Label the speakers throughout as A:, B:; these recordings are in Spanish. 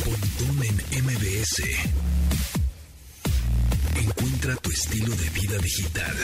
A: Consume en MBS. Encuentra tu estilo de vida digital.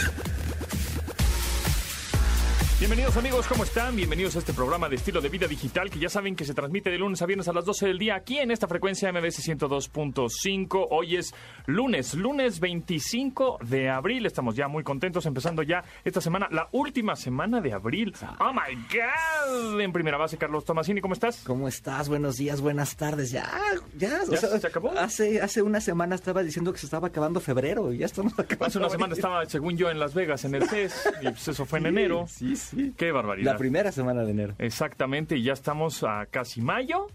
B: Bienvenidos amigos, ¿cómo están? Bienvenidos a este programa de estilo de vida digital que ya saben que se transmite de lunes a viernes a las 12 del día aquí en esta frecuencia MBS 102.5. Hoy es lunes, lunes 25 de abril. Estamos ya muy contentos empezando ya esta semana, la última semana de abril. ¡Oh my God! En primera base, Carlos Tomasini, ¿cómo estás?
C: ¿Cómo estás? Buenos días, buenas tardes. Ya, ya, o
B: ¿Ya se acabó?
C: Hace, hace una semana estaba diciendo que se estaba acabando febrero y ya estamos acabando.
B: Hace una
C: abril.
B: semana estaba, según yo, en Las Vegas en el CES y pues eso fue en enero.
C: Sí, sí.
B: ¡Qué barbaridad!
C: La primera semana de enero.
B: Exactamente, y ya estamos a casi mayo.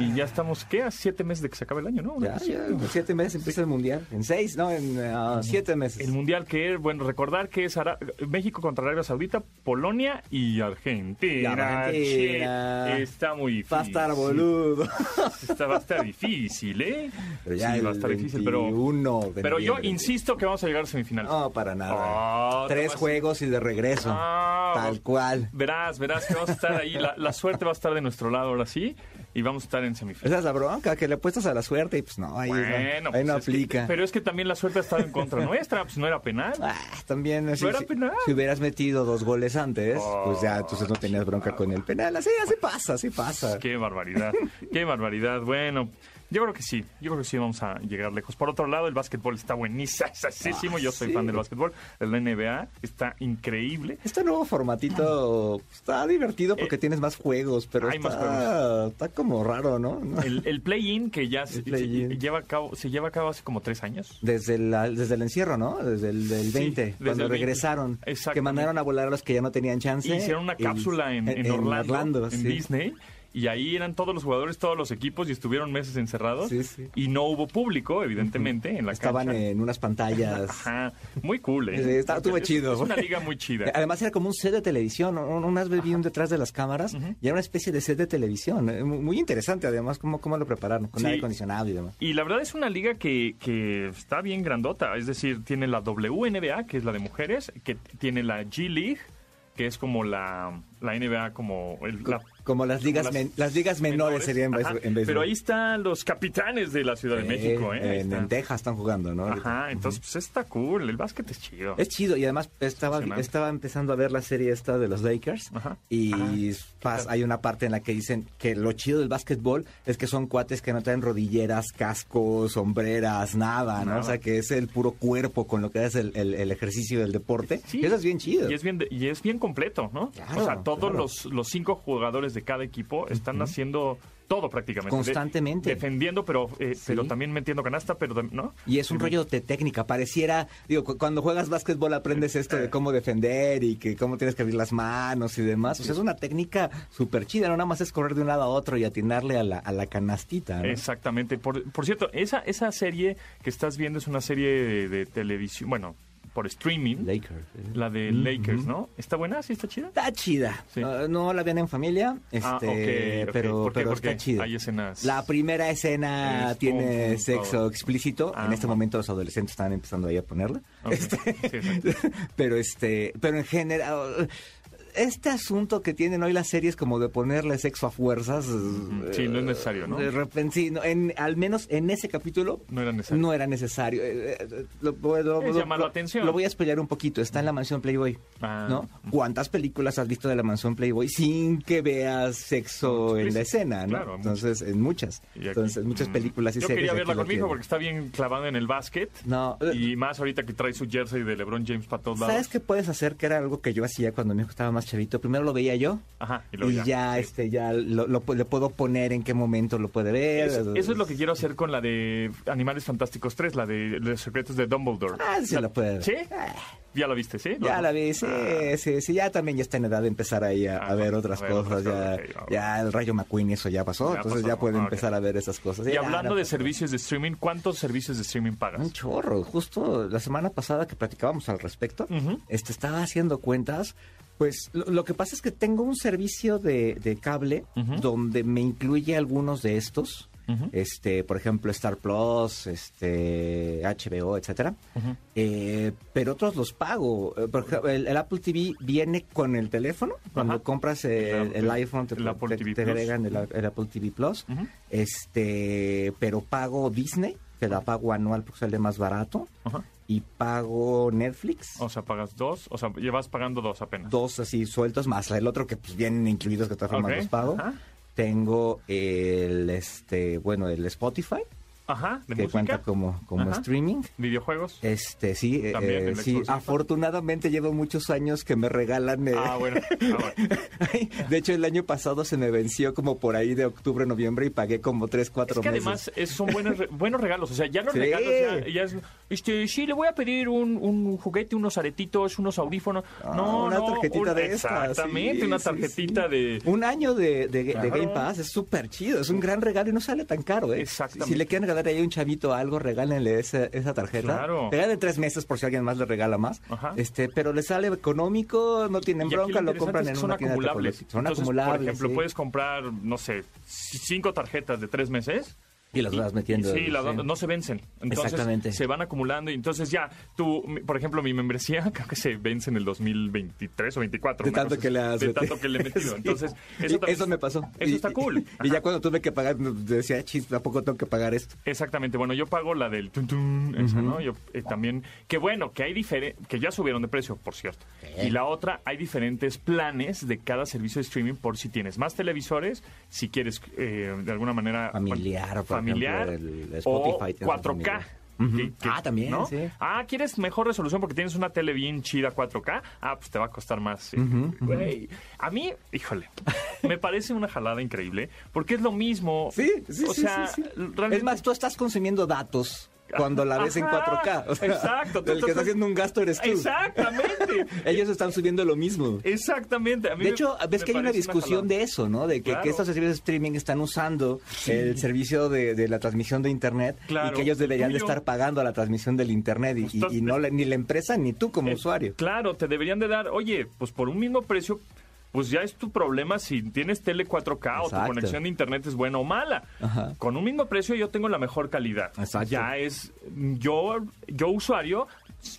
B: Y ya estamos, ¿qué? A siete meses de que se acabe el año, ¿no?
C: Ya, ya, en siete meses empieza el mundial. En seis, no, en ah, siete meses.
B: El mundial que es, bueno, recordar que es Ara- México contra Arabia Saudita, Polonia y Argentina.
C: Y Argentina.
B: Che, está muy difícil.
C: Va a estar boludo.
B: Está- va a estar difícil, ¿eh?
C: Pero ya
B: sí,
C: el
B: va a estar difícil, pero,
C: 21 de
B: pero yo
C: noviembre.
B: insisto que vamos a llegar a semifinales.
C: No, para nada.
B: Ah,
C: Tres
B: Tomás.
C: juegos y de regreso.
B: Ah,
C: Tal cual.
B: Verás, verás que vamos a estar ahí. La, la suerte va a estar de nuestro lado ahora sí. Y vamos a estar en semifinales.
C: Esa es la bronca, que le apuestas a la suerte y pues no, ahí no, ahí
B: pues
C: no
B: es que-
C: aplica.
B: pero es que también la suerte ha estado en contra nuestra, pues no era penal.
C: Ah, también así,
B: No era
C: si,
B: penal.
C: si hubieras metido dos goles antes,
B: Oh.
C: pues ya entonces no tenías bronca con el penal. Así, así pasa, así pasa.
B: Qué barbaridad, qué barbaridad. Bueno, yo creo que sí, yo creo que sí vamos a llegar lejos. Por otro lado, el básquetbol está buenísimo. Yo soy
C: Ah, sí.
B: fan del básquetbol, el NBA está increíble.
C: Este nuevo formatito está divertido porque tienes más juegos, pero
B: Eh, Hay más
C: está, está como raro, ¿no?
B: El, el play-in que ya se,
C: El play-in.
B: se lleva a cabo, se lleva a cabo hace como tres años.
C: Desde, la- desde el encierro, ¿no? Desde el del 20,
B: desde
C: cuando
B: el 20.
C: regresaron.
B: Exactamente.
C: Que mandaron a volar a los que ya no tenían chance.
B: Hicieron una
C: Y-
B: cápsula en, en Orlando, en
C: sí.
B: Disney. Y ahí eran todos los jugadores, todos los equipos y estuvieron meses encerrados.
C: Sí, sí.
B: Y no hubo público, evidentemente, en la
C: Estaban
B: cancha.
C: en unas pantallas.
B: Ajá, muy cool,
C: Sí,
B: ¿eh?
C: está- estuvo
B: Es-
C: chido.
B: Es una liga muy chida.
C: Además era como un set de televisión, ¿no? una vez vi un detrás de las cámaras y era una especie de set de televisión, eh, muy muy interesante además cómo, cómo lo prepararon, con
B: Sí.
C: aire acondicionado y demás.
B: Y la verdad es una liga que, que está bien grandota. Es decir, tiene la WNBA, que es la de mujeres, que t- tiene la G League, que es como la, la NBA, como el- la-
C: Como las ligas
B: las-
C: men- las ligas menores, serían en,
B: Ajá.
C: base- en béisbol.
B: Pero ahí están los capitanes de la Ciudad de
C: Eh,
B: México, ¿eh? Ahí
C: En, en
B: están.
C: Texas están jugando, ¿no?
B: Ajá, entonces pues está cool. El básquet es chido.
C: Es chido y además estaba,
B: Impresionante.
C: estaba empezando a ver la serie esta de los Lakers
B: Ajá. Ah,
C: y pas- hay una parte en la que dicen que lo chido del básquetbol es que son cuates que no traen rodilleras, cascos, sombreras, nada, ¿no?
B: Nada.
C: O sea, que es el puro cuerpo con lo que es el, el- el ejercicio del deporte.
B: Sí.
C: Y eso es bien chido.
B: Y es bien, de- y es bien completo, ¿no?
C: Claro,
B: o sea, todos
C: claro.
B: los, los cinco jugadores de cada equipo están haciendo todo prácticamente. De-
C: Constantemente.
B: defendiendo, pero, eh,
C: Sí.
B: pero también metiendo canasta, pero tam- ¿no?
C: Y es un
B: Sí,
C: rollo de técnica, pareciera, digo, cu- cuando juegas básquetbol aprendes esto de cómo defender y que cómo tienes que abrir las manos y demás. O sea, es una técnica súper chida, no nada más es correr de un lado a otro y atinarle a la, a la canastita. ¿no?
B: Exactamente. Por, por cierto, esa, esa serie que estás viendo es una serie de, de televisión, bueno, por streaming,
C: Lakers.
B: la de Lakers, ¿no? ¿Está buena? ¿Sí está chida?
C: Está chida.
B: Sí.
C: No, no la vean en familia, este,
B: Ah, ok, ok. ¿Por qué?
C: pero, pero
B: ¿Por qué?
C: está chida.
B: Hay escenas-
C: La primera escena
B: Es
C: tiene
B: pum, pum,
C: sexo
B: todo.
C: explícito.
B: Ah,
C: en este
B: ma.
C: momento los adolescentes están empezando ahí a ponerla.
B: Ok. Sí, exacto.
C: pero este, pero en general este asunto que tienen hoy las series como de ponerle sexo a fuerzas,
B: Sí, no es
C: eh,
B: necesario, ¿no?
C: De repente, sí, no, en, al menos en ese capítulo
B: No era necesario.
C: no era necesario. Eh, eh, lo, puedo-
B: Es
C: lo-
B: llamar la
C: lo-
B: atención.
C: Lo voy a explayar un poquito. Está en la mansión Playboy,
B: Ah.
C: ¿no? ¿Cuántas películas has visto de la mansión Playboy sin que veas sexo
B: Muchas
C: en la
B: veces.
C: escena, no?
B: Claro, muchas.
C: Entonces, en muchas.
B: Y aquí-
C: Entonces, muchas
B: mm,
C: películas y
B: Yo
C: series.
B: quería
C: aquí
B: verla
C: lo
B: conmigo
C: tienen.
B: porque está bien clavada en el básquet.
C: No, eh,
B: Y más ahorita que trae su jersey de LeBron James para todos lados.
C: ¿Sabes qué puedes hacer? Que era algo que yo hacía cuando mi hijo estaba más chavito. Primero lo veía yo.
B: Ajá, y luego
C: Y ya,
B: Sí.
C: este, ya lo, lo pu- le puedo poner en qué momento lo puede ver.
B: Eso, eso es lo que quiero hacer con la de Animales Fantásticos 3, la de Los Secretos de Dumbledore.
C: Ah, sí lo puede ver. Ah,
B: ¿Sí? Ya la viste, ¿sí?
C: Ya
B: No.
C: la vi, sí,
B: Ah,
C: sí, sí, ya también ya está en edad de empezar ahí a,
B: Ah,
C: a ver
B: bueno,
C: otras
B: a ver otras
C: cosas, ya,
B: cosas, ok, ok.
C: ya el Rayo McQueen eso ya pasó,
B: Ya
C: entonces
B: pasó,
C: ya puede
B: ah, ok.
C: empezar a ver esas cosas.
B: Y
C: Ya,
B: hablando
C: no
B: de
C: pasa nada.
B: servicios de streaming, ¿cuántos servicios de streaming pagas?
C: Un chorro, justo la semana pasada que platicábamos al respecto,
B: Ujú.
C: este, estaba haciendo cuentas, pues lo, lo que pasa es que tengo un servicio de, de cable
B: Ujú.
C: donde me incluye algunos de estos.
B: Ujú.
C: este, por ejemplo, Star Plus, este, HBO, etcétera.
B: Ujú.
C: Eh, pero otros los pago. Eh, Por ejemplo, el, el Apple TV viene con el teléfono. Cuando
B: Ajá.
C: compras eh, el,
B: El
C: el iPhone te,
B: el Apple
C: te-
B: TV
C: te
B: Plus.
C: agregan el, el Apple TV Plus.
B: Ujú.
C: Este, pero pago Disney, que la pago anual porque sale más barato.
B: Ajá.
C: Y pago Netflix.
B: O sea, pagas dos, o sea, llevas pagando dos apenas.
C: Dos así sueltos, más el otro que pues vienen incluidos que de todas formas
B: Ok,
C: los pago.
B: ajá.
C: Tengo el este, bueno, el Spotify,
B: Ajá, de
C: que
B: música.
C: cuenta como, como
B: Ajá.
C: streaming.
B: Videojuegos.
C: Este, sí, eh,
B: También
C: eh,
B: el
C: sí.
B: Xbox.
C: Afortunadamente llevo muchos años que me regalan. eh,
B: Ah, bueno. ah, bueno.
C: Ay, de hecho, el año pasado se me venció como por ahí de octubre, noviembre y pagué como 3, 4
B: Es que
C: meses.
B: además es- son buenos, re- buenos regalos. O sea, ya los
C: Sí.
B: regalos ya, ya es. Este, sí, le voy a pedir un, un juguete, unos aretitos, unos audífonos.
C: Ah,
B: no,
C: una
B: no,
C: tarjetita
B: un-
C: de estas.
B: Exactamente,
C: sí,
B: una
C: sí,
B: tarjetita
C: sí.
B: de.
C: Un año de, de- de
B: Claro.
C: Game Pass es súper chido, es un gran regalo y no sale tan caro, ¿eh?
B: Exactamente.
C: Si le quieren regalar ahí a un chavito algo, regálenle esa, esa tarjeta.
B: Claro.
C: Regalen tres meses por si alguien más le regala más.
B: Ajá.
C: Este, pero le sale económico, no
B: Y
C: tienen
B: aquí
C: bronca,
B: lo
C: lo compran
B: interesante es
C: en
B: que
C: una
B: son
C: tienda de
B: acumulables.
C: chocolate. Son
B: Entonces,
C: acumulables.
B: Por ejemplo,
C: sí.
B: puedes comprar, no sé, cinco tarjetas de tres meses.
C: Y las vas metiendo,
B: Sí, las
C: sí.
B: vas- no se vencen. Entonces,
C: Exactamente.
B: se van acumulando. Y entonces, ya, tú, mi- por ejemplo, mi membresía creo que se vence en el 2023 o 24.
C: De
B: una
C: tanto
B: cosa
C: que le
B: así.
C: has
B: De
C: metido.
B: tanto que le he metido.
C: Sí.
B: Entonces,
C: Y
B: eso,
C: eso,
B: también-
C: me pasó.
B: Eso
C: Y-
B: está cool.
C: Y, ya cuando tuve que pagar, decía, chis, tampoco tengo que pagar esto?
B: Exactamente, bueno, yo pago la del tun tun, esa, ¿no? Yo eh, también, que bueno, que hay diferentes, que ya subieron de precio, por cierto. Y la otra, hay diferentes planes de cada servicio de streaming por si tienes más televisores, si quieres eh, de alguna manera...
C: Familiar, por
B: familiar,
C: ejemplo, el
B: o
C: Spotify tiene
B: 4K.
C: familiar.
B: que-
C: Ujú.
B: que-
C: Ah, también,
B: ¿no?
C: sí.
B: Ah, ¿quieres mejor resolución porque tienes una tele bien chida 4K? Ah, pues te va a costar más. sí. Güey. A mí, híjole, me parece una jalada increíble porque es lo mismo.
C: Sí, sí,
B: o
C: sí,
B: sea,
C: sí, sí.
B: realmente-
C: Es más, tú estás consumiendo datos cuando la ves en
B: Ajá,
C: 4K. O sea,
B: exacto, tú
C: El que
B: estás-
C: está haciendo un gasto eres tú.
B: Exactamente.
C: Ellos están subiendo lo mismo.
B: Exactamente. A mí
C: De
B: me-
C: hecho, ves
B: me
C: que hay una
B: parece
C: discusión
B: jalada.
C: de eso, ¿no? De que, que
B: Claro.
C: estos servicios de streaming están usando el servicio de, de la transmisión de Internet
B: Claro.
C: y que ellos deberían de
B: Tuyo.
C: estar pagando a la transmisión del Internet y, y-
B: Estás-
C: y no la- ni la empresa ni tú como
B: Eh,
C: usuario.
B: Claro, te deberían de dar, oye, pues por un mismo precio, pues ya es tu problema si tienes tele 4K o tu
C: Exacto.
B: conexión de internet es buena o mala.
C: Ajá.
B: Con un mismo precio yo tengo la mejor calidad.
C: Exacto.
B: Ya es, yo, yo usuario,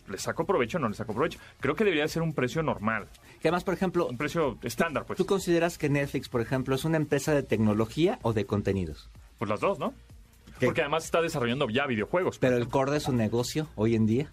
B: le saco provecho o no le saco provecho. Creo que debería ser un precio normal,
C: Que además, por ejemplo,
B: un precio estándar, pues.
C: ¿tú consideras que Netflix, por ejemplo, es una empresa de tecnología o de contenidos?
B: Pues las dos, ¿no?
C: ¿Qué?
B: Porque además está desarrollando ya videojuegos,
C: Pero el core de su negocio hoy en día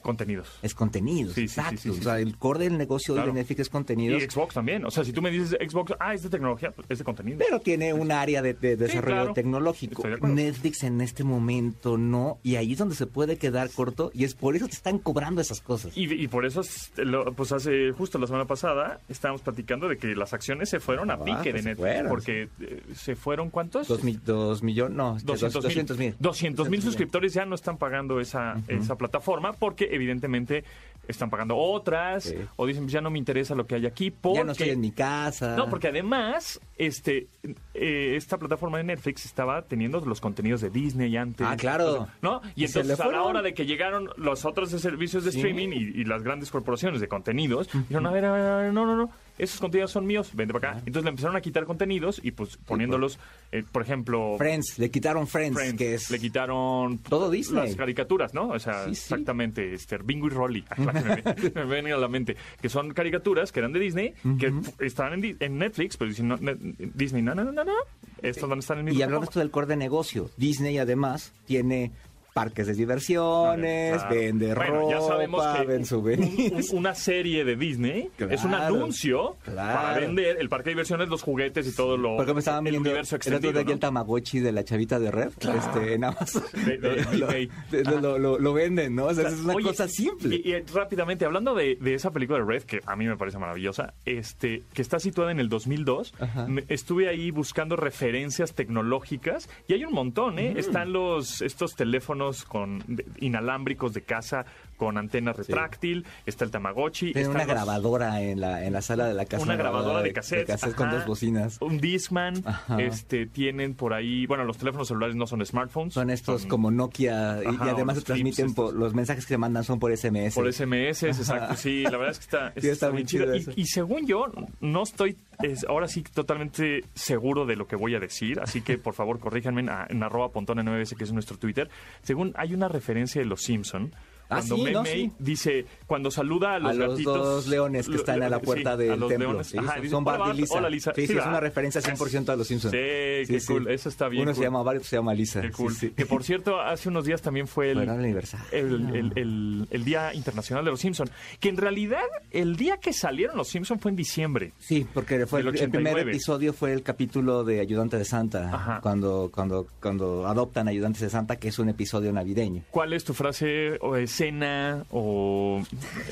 B: contenidos.
C: es contenidos.
B: Sí, sí, sí,
C: exacto.
B: sí, sí,
C: o sea, el core del negocio
B: Claro.
C: hoy de Netflix es
B: Y
C: contenidos.
B: Xbox también. O sea, si tú me dices Xbox, ah, es de tecnología, pues, es de contenido.
C: Pero tiene un área de, de desarrollo
B: claro.
C: tecnológico.
B: Estoy de acuerdo.
C: Netflix en este momento no, y ahí es donde se puede quedar corto, y es por eso te están cobrando esas cosas.
B: Y, y por eso, es- lo- pues hace justo la semana pasada, estábamos platicando de que las acciones se fueron a
C: Abajo,
B: pique de
C: Ah, se
B: Netflix.
C: fueron.
B: Porque eh, se fueron, ¿cuántos?
C: Dos, mil- dos millones, no, este, dos-
B: 200
C: doscientos
B: mil.
C: mil.
B: 200 mil
C: Doscientos
B: suscriptores ya no están pagando esa, esa plataforma porque evidentemente están pagando otras
C: Sí.
B: o dicen, "Pues, ya no me interesa lo que hay aquí porque...
C: Ya no estoy en mi casa.
B: No, porque además, este, eh, esta plataforma de Netflix estaba teniendo los contenidos de Disney antes.
C: Ah, claro.
B: ¿No? Y
C: Y se
B: entonces
C: le
B: a la
C: fueron.
B: hora de que llegaron los otros servicios de
C: Sí.
B: streaming y, y las grandes corporaciones de contenidos, dijeron, a ver, a ver, a ver, no, no, no, esos contenidos son míos, vente para acá. Entonces le empezaron a quitar contenidos y pues poniéndolos, eh, por ejemplo...
C: Friends, le quitaron Friends,
B: Friends,
C: que es...
B: le quitaron
C: Todo Disney.
B: las caricaturas, ¿no? O sea,
C: Sí, sí.
B: exactamente, este, Bingo y Rolly, Ah, claro, me, ven- me ven a la mente, que son caricaturas que eran de Disney, que f- estaban en, Di- en Netflix, pero dicen, no, ne- Disney, no, no, no, no, no, estos van a estar en mi
C: Y hablando esto del core de negocio, Disney además tiene parques de diversiones,
B: Claro.
C: vende
B: Bueno, ya sabemos
C: ropa,
B: que
C: vende
B: un- un-
C: souvenirs.
B: una serie de Disney es un
C: Claro,
B: anuncio
C: claro.
B: para vender el parque de diversiones, los juguetes y todo lo
C: Porque me estaban
B: el
C: viendo el
B: universo
C: otro
B: extendido.
C: día aquí
B: ¿no?
C: el Tamagotchi de la chavita de Red este, en Amazon.
B: De- de-
C: lo,
B: de-
C: de- de- lo- lo- lo venden, ¿no? O sea, es una
B: Oye,
C: cosa simple.
B: Y, y rápidamente, hablando de, de esa película de Red, que a mí me parece maravillosa, este, que está situada en el 2002,
C: Ajá.
B: me- estuve ahí buscando referencias tecnológicas
C: Mm.
B: y hay un montón, ¿eh? Están los, estos teléfonos con, de- inalámbricos de casa con antena retráctil, está el Tamagotchi.
C: Tiene
B: están
C: una
B: los-
C: grabadora en la, en la sala de la casa.
B: Una grabadora de cassettes.
C: con
B: ajá,
C: dos bocinas.
B: Un Discman.
C: Ajá.
B: Este, tienen por ahí. Bueno, los teléfonos celulares no son smartphones.
C: Son estos como Nokia y- y,
B: Ajá,
C: además
B: o
C: se
B: los
C: transmiten
B: flips
C: por los mensajes que se mandan son por SMS.
B: Por SMS, exacto. Sí, la verdad es que está,
C: Sí, está muy chido
B: chida. Y-
C: eso.
B: Y, según yo, no estoy es- ahora sí totalmente seguro de lo que voy a decir, así que por favor corríjanme en, a- en arroba pontone 9s, que es nuestro Twitter. Según hay una referencia de los Simpson.
C: Ah,
B: Cuando
C: sí,
B: May
C: no,
B: May
C: sí.
B: dice, cuando saluda a los,
C: a los
B: gatitos,
C: dos leones que
B: lo-
C: están a la
B: sí,
C: puerta
B: a
C: del
B: los
C: templo.
B: leones,
C: Sí,
B: ajá,
C: son
B: dice,
C: son Bart
B: "Hola,
C: y Lisa.
B: Hola, Lisa.
C: Sí, sí, es
B: ¿verdad?
C: una referencia 100% a los Simpsons.
B: Sí, qué cool. Eso está bien.
C: Uno se
B: cool.
C: llama Bart, otro se llama Lisa.
B: Qué
C: Sí,
B: cool.
C: sí.
B: Que por cierto, hace unos días también fue el,
C: Bueno, el aniversario.
B: el- el- el- el Día Internacional de los Simpson. Que en realidad, el día que salieron los Simpson fue en diciembre.
C: Sí, porque fue
B: Del
C: el, el primer
B: 89.
C: episodio fue el capítulo de Ayudante de Santa,
B: Ajá.
C: cuando cuando cuando adoptan Ayudantes de Santa, que es un episodio navideño.
B: ¿Cuál es tu frase o escena o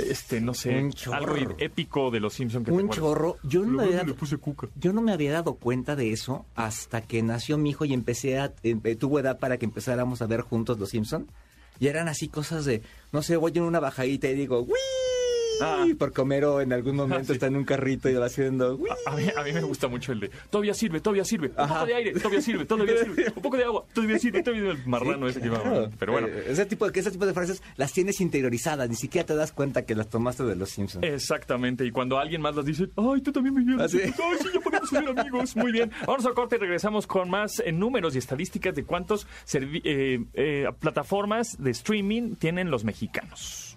B: este no sé
C: Un chorro.
B: algo épico de los Simpson que te
C: Un
B: acuerdas?
C: chorro. Yo no, me
B: Luego
C: había,
B: le puse cuca.
C: yo no me había dado cuenta de eso hasta que nació mi hijo y empecé a em- eh, tuvo edad para que empezáramos a ver juntos Los Simpson. Y eran así cosas de, no sé, voy en una bajadita y digo, ¡Wii!
B: Ah.
C: Porque Homero en algún momento está en un carrito y va haciendo, "Wii".
B: A mí, a mí me gusta mucho el de todavía sirve, todavía sirve, un poco
C: Ajá.
B: de aire, todavía sirve, todavía sirve, un poco de agua, todavía sirve, todavía sirve. el marrano ese que iba.
C: Claro.
B: Pero bueno,
C: Eh, ese, tipo de, ese tipo de frases las tienes interiorizadas, ni siquiera te das cuenta que las tomaste de los Simpsons.
B: Eh, Exactamente, y cuando alguien más las dice, ay, tú también me
C: ¿Ah,
B: llevas.
C: sí?
B: Ay, sí, ya podemos ser amigos. Muy bien. Vamos a corte y regresamos con más eh, números y estadísticas de cuántos servi- eh, eh, plataformas de streaming tienen los mexicanos.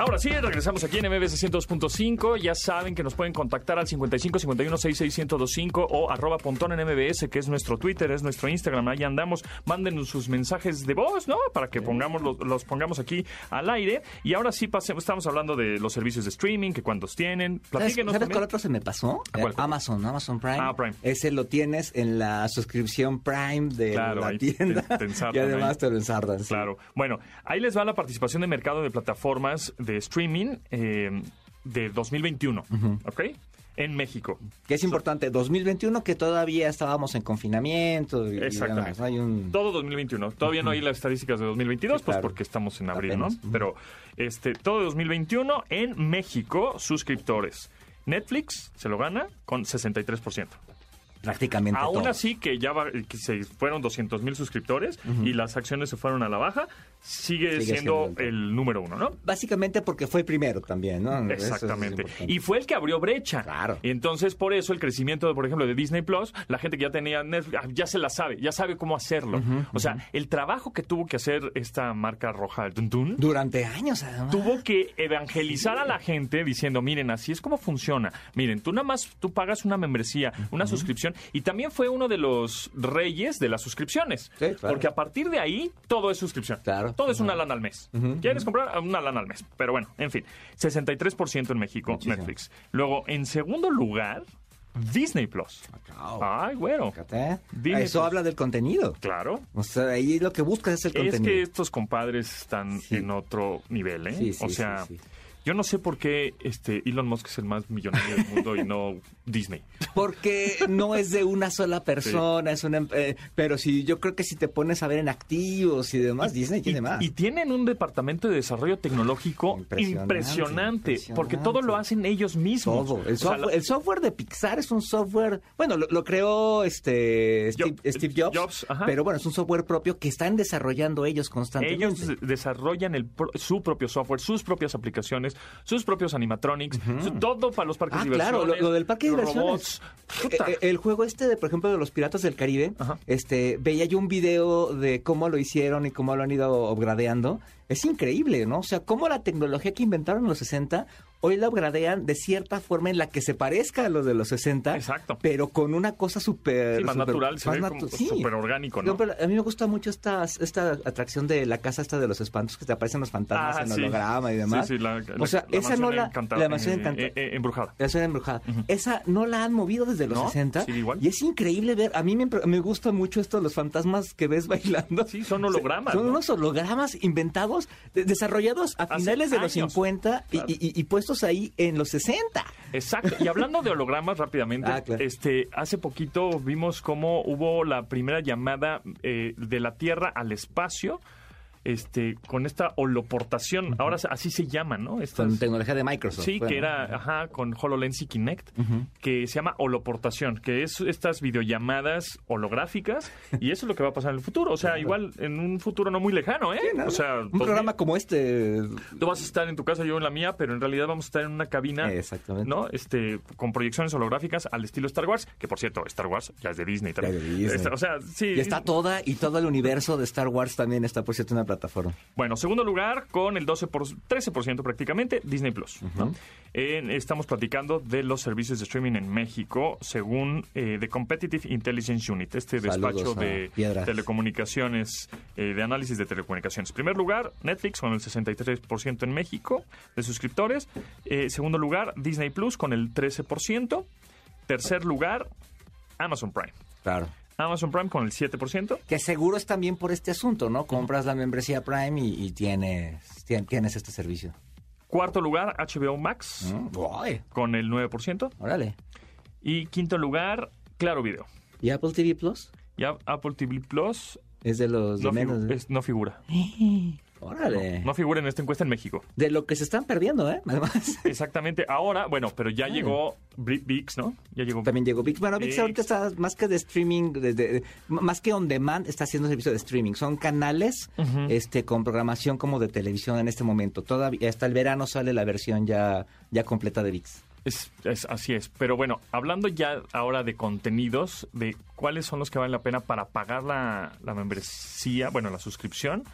B: Ahora sí, regresamos aquí en MBS 102.5. Ya saben que nos pueden contactar al 55 51 66 1025 o arroba pontón en MBS, que es nuestro Twitter, es nuestro Instagram. Ahí andamos. Mándenos sus mensajes de voz, ¿no? Para que pongamos los, los pongamos aquí al aire. Y ahora sí, pasemos. Estamos hablando de los servicios de streaming, que cuántos tienen.
C: ¿Sabes,
B: Platíquenos
C: sabes cuál
B: también.
C: otro se me pasó?
B: ¿A cuál, cuál?
C: Eh, Amazon, Amazon Prime.
B: Ah, Prime.
C: Ese lo tienes en la suscripción Prime de
B: Claro, ahí
C: la
B: te-
C: tienda.
B: te ensartan
C: y además
B: ahí.
C: te lo ensardan. sí.
B: Claro. Bueno, ahí les va la participación de mercado de plataformas de streaming eh, de 2021. ¿Ok? En México.
C: Que es importante. 2021 que todavía estábamos en confinamiento. Y, y
B: Exactamente.
C: demás. Hay un...
B: Todo 2021. Todavía no hay las estadísticas de 2022,
C: Sí,
B: pues
C: claro.
B: porque estamos en abril,
C: Apenas.
B: ¿no? Pero este todo 2021 en México, suscriptores. Netflix se lo gana con 63%.
C: Prácticamente
B: Aún
C: todo.
B: así que ya va- que se fueron 200 mil suscriptores y las acciones se fueron a la baja, sigue,
C: Sigue
B: siendo
C: siendo el-
B: el número uno, ¿no?
C: Básicamente porque fue el primero también, ¿no? Eso es
B: Exactamente.
C: importante.
B: y fue el que abrió brecha.
C: Claro.
B: Y entonces, por eso, el crecimiento, por ejemplo, de Disney Plus, la gente que ya tenía Netflix, ah, ya se la sabe, ya sabe cómo hacerlo. o sea, el trabajo que tuvo que hacer esta marca roja, el Dun Dun,
C: Durante años, además.
B: tuvo que evangelizar a la gente diciendo, miren, así es como funciona. Miren, tú nada más, tú pagas una membresía, una suscripción, y también fue uno de los reyes de las suscripciones.
C: Sí, claro.
B: Porque a partir de ahí, todo es suscripción.
C: Claro.
B: Todo es una lana al mes. ¿Quieres comprar? Ah, Una lana al mes. Pero bueno, en fin, 63% en México,
C: Muchísimo.
B: Netflix. Luego, en segundo lugar, Disney Plus.
C: Chao.
B: Ay, bueno.
C: Fíjate.
B: Ah. Dime,
C: Eso
B: pues.
C: habla del contenido.
B: Claro.
C: O sea, ahí lo que buscas es el
B: Es
C: contenido.
B: que estos compadres están
C: Sí.
B: en otro nivel, ¿eh?
C: Sí, sí,
B: o sea,
C: sí, sí.
B: yo no sé por qué este Elon Musk es el más millonario del mundo y no Disney.
C: Porque no es de una sola persona, es una. em- eh, pero si yo creo que si te pones a ver en activos y demás, Disney tiene
B: Ah, y,
C: más.
B: y tienen un departamento de desarrollo tecnológico impresionante,
C: Impresionante, impresionante.
B: porque todo lo hacen ellos mismos.
C: todo. El,
B: O sea,
C: software, el software de Pixar es un software. Bueno, lo, lo creó este Steve,
B: Job-
C: Steve Jobs.
B: Jobs, ajá.
C: pero bueno, es un software propio que están desarrollando ellos constantemente.
B: Ellos de- desarrollan el pro- su propio software, sus propias aplicaciones, sus propios animatronics, su- todo para los parques
C: Ah,
B: de
C: claro, lo,
B: diversiones,
C: lo del parque de
B: los
C: diversiones.
B: robots. Puta.
C: Eh, eh, El juego este, de, por ejemplo, de los Piratas del Caribe,
B: Ajá.
C: este veía yo un video de cómo lo hicieron y cómo lo han ido upgradeando. Es increíble, ¿no? O sea, cómo la tecnología que inventaron en los 60 hoy lo gradean de cierta forma en la que se parezca a los de los 60,
B: Exacto.
C: pero con una cosa súper...
B: Sí, más
C: Ah, súper-
B: natural, se
C: más
B: ve
C: natu-
B: como
C: sí.
B: súper orgánico, ¿no?
C: No, pero a mí me gusta mucho esta, esta atracción de la casa esta de los espantos que te aparecen los fantasmas
B: Ah,
C: en
B: sí.
C: holograma y demás.
B: Sí, sí, la, la-
C: o sea,
B: la
C: esa no
B: mansión
C: la...
B: encantada,
C: la mansión
B: eh,
C: encantada.
B: eh, eh, embrujada.
C: La zona embrujada. Esa no la han movido desde los
B: No,
C: 60.
B: sigue igual.
C: Y es increíble ver. A mí me, impre- me gusta mucho esto de los fantasmas que ves bailando.
B: Sí, son hologramas,
C: Son
B: ¿no?
C: unos hologramas inventados, de- desarrollados a
B: Hace
C: finales de los
B: años.
C: 50 y,
B: Claro.
C: y- y- y puestos ahí en los 60.
B: Exacto. Y hablando de hologramas rápidamente,
C: Ah, claro.
B: este, hace poquito vimos cómo hubo la primera llamada eh, de la Tierra al espacio, este, con esta holoportación. Ahora así se llama, ¿no? Estas-
C: Con tecnología de Microsoft.
B: Sí,
C: Bueno.
B: que era ajá, con HoloLens y Kinect, que se llama holoportación, que es estas videollamadas holográficas, y eso es lo que va a pasar en el futuro. O sea, igual en un futuro no muy lejano, ¿eh?
C: ¿no?
B: o sea,
C: un
B: dos-
C: programa como este.
B: Tú vas a estar en tu casa, yo en la mía, pero en realidad vamos a estar en una cabina,
C: Exactamente.
B: Ah, ¿no? Este, con proyecciones holográficas al estilo Star Wars, que por cierto, Star Wars ya es de Disney también.
C: Ya es de Disney.
B: Esta- o sea, sí.
C: Y está toda y todo el universo de Star Wars también está, por cierto, en la plataforma.
B: Bueno, segundo lugar con el 12 por, 13% prácticamente, Disney Plus. ¿no? En- estamos platicando de los servicios de streaming en México según eh, The Competitive Intelligence Unit, este
C: Saludos
B: despacho
C: a
B: de
C: Piedras.
B: telecomunicaciones, eh, de análisis de telecomunicaciones. Primer lugar, Netflix con el 63% en México de suscriptores. Eh, segundo lugar, Disney Plus con el 13%. Tercer lugar, Amazon Prime.
C: Claro.
B: Amazon Prime con el 7%.
C: Que seguro es también por este asunto, ¿no? Compras la membresía Prime y, y tienes, tien- tienes este servicio.
B: Cuarto lugar, HBO Max
C: Mm, ¡Ay!
B: con el 9%.
C: Órale.
B: Y quinto lugar, Claro Video.
C: ¿Y Apple TV Plus?
B: Ya Apple TV Plus
C: Es de los de
B: no,
C: menos.
B: figu-
C: ¿eh?
B: es- no figura.
C: Órale.
B: No figura en esta encuesta en México.
C: De lo que se están perdiendo, ¿eh? Además.
B: Exactamente. Ahora, bueno, pero ya llegó Bri- VIX, ¿no? Ya llegó.
C: Ah. También llegó Vix. Bueno, Vix
B: Vix.
C: ahorita está más que de streaming, de- de- de- más que on demand, está haciendo servicio de streaming. Son canales este, con programación como de televisión en este momento. Todavía hasta el verano sale la versión ya, ya completa de Vix.
B: Es, es- así es. Pero bueno, hablando ya ahora de contenidos, de cuáles son los que valen la pena para pagar la, la membresía, bueno, la suscripción.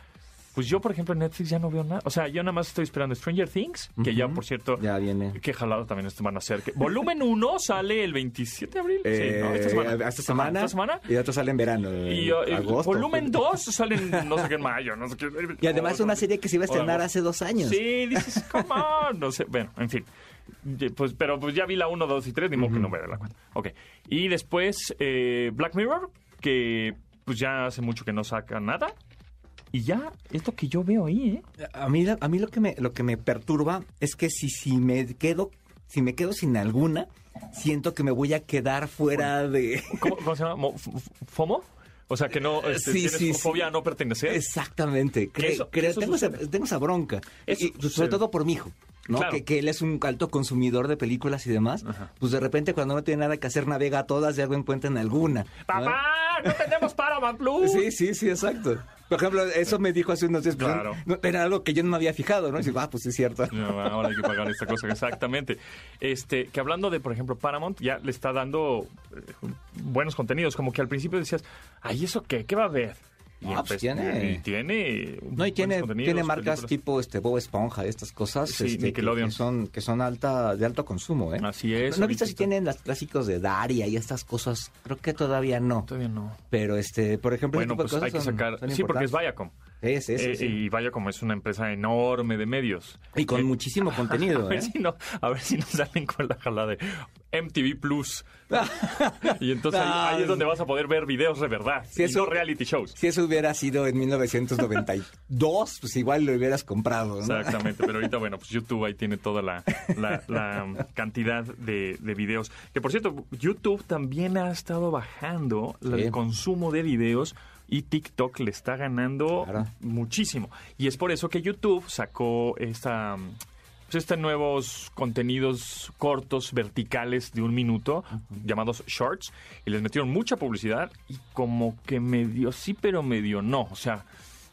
B: Pues yo, por ejemplo, en Netflix ya no veo nada. O sea, yo nada más estoy esperando Stranger Things, que ya, por cierto,
C: Ya viene.
B: Qué jalado también esto van a hacer. Que- Volumen 1 sale el 27 de abril. sí, ¿no? Esta
C: Eh,
B: semana.
C: esta semana.
B: Ajá, Esta semana.
C: Y otro sale en verano.
B: Y
C: en
B: eh, el
C: agosto.
B: volumen 2 sale en no sé qué en mayo. No sé qué.
C: Y además es una serie que se iba a
B: O
C: estrenar
B: agosto.
C: hace dos años.
B: Sí, dices, come on. No sé. Bueno, en fin. Ye- Pues, pero pues ya vi la 1, 2 y 3, ni modo que no vea la cuenta. Ok. Y después eh, Black Mirror, que pues ya hace mucho que no saca nada. Y ya, es lo que yo veo ahí, ¿eh?
C: A mí, a mí lo que me lo que me perturba es que si, si me quedo si me quedo sin alguna siento que me voy a quedar fuera de
B: ¿Cómo, cómo se llama? Mo- f- f- ¿FOMO? O sea, que no este,
C: Sí,
B: tienes
C: sí, sí.
B: fobia a no pertenecer.
C: exactamente
B: Que
C: Cre-
B: eso-
C: creo-
B: que eso
C: tengo, esa,
B: sucede.
C: tengo esa bronca
B: Eso
C: Y-
B: sucede.
C: sobre todo por mi hijo ¿no?
B: Claro.
C: Que, que él es un alto consumidor de películas y demás pues de repente cuando no tiene nada que hacer navega a todas y algo encuentra en alguna ¿no?
B: ¡Papá! ¡No tenemos Paramount Plus!
C: Sí, sí, sí, exacto. Por ejemplo, eso me dijo hace unos días. pues,
B: Claro. Mm,
C: no, era algo que yo no me había fijado, ¿no? Y digo, ah, pues sí, es cierto.
B: No, ahora hay que pagar esta cosa, exactamente. Este, que hablando de, por ejemplo, Paramount, ya le está dando eh, buenos contenidos. Como que al principio decías, ay, ¿eso qué? ¿Qué va a haber? Y,
C: Ah, pues,
B: empe-
C: tiene-
B: y tiene.
C: No, y
B: buenos
C: tiene,
B: contenidos,
C: tiene marcas
B: películas.
C: tipo este Bob Esponja, estas cosas
B: Sí,
C: este, que-
B: Nickelodeon.
C: que son que son alta de alto consumo, ¿eh?
B: Así es.
C: No he
B: ahorita
C: visto si
B: está-
C: tienen los clásicos de Daria y estas cosas. Creo que todavía no.
B: Todavía no.
C: Pero este, por ejemplo, ese
B: Bueno,
C: tipo de
B: pues
C: cosas
B: hay que
C: son-
B: sacar.
C: son
B: Sí, porque es
C: importantes.
B: Viacom.
C: Es, es,
B: Eh, eh,
C: sí.
B: Y Viacom es una empresa enorme de medios.
C: Y con muchísimo
B: A
C: contenido,
B: ver,
C: ¿eh?
B: si no, a ver si no salen con la jalada de MTV Plus.
C: ¿eh?
B: Y entonces ahí- ahí, es donde vas a poder ver videos de verdad.
C: Sí,
B: y
C: eso-
B: no reality shows.
C: Si eso hubiera sido en 1992, pues igual lo hubieras comprado, ¿no?
B: Exactamente, pero ahorita, bueno, pues YouTube ahí tiene toda la, la- la cantidad de, de videos. Que por cierto, YouTube también ha estado bajando la-
C: Sí.
B: el consumo de videos y TikTok le está ganando
C: Claro.
B: muchísimo. Y es por eso que YouTube sacó esta... mm, Pues estos nuevos contenidos cortos, verticales de un minuto, llamados shorts, y les metieron mucha publicidad y como que medio sí, pero medio no. O sea,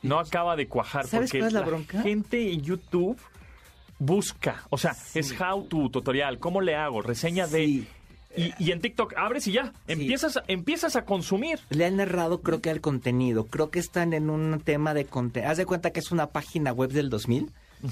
B: no acaba de cuajar
C: ¿Sabes
B: porque
C: cuál es la bronca?
B: gente en YouTube busca, o sea, es how to, tutorial, cómo le hago, reseña
C: Sí.
B: de... Y, y en TikTok abres y ya, empiezas, a- empiezas a consumir.
C: Le han errado, creo que al contenido. Creo que están en un tema de contenido. Haz de cuenta que es una página web del 2000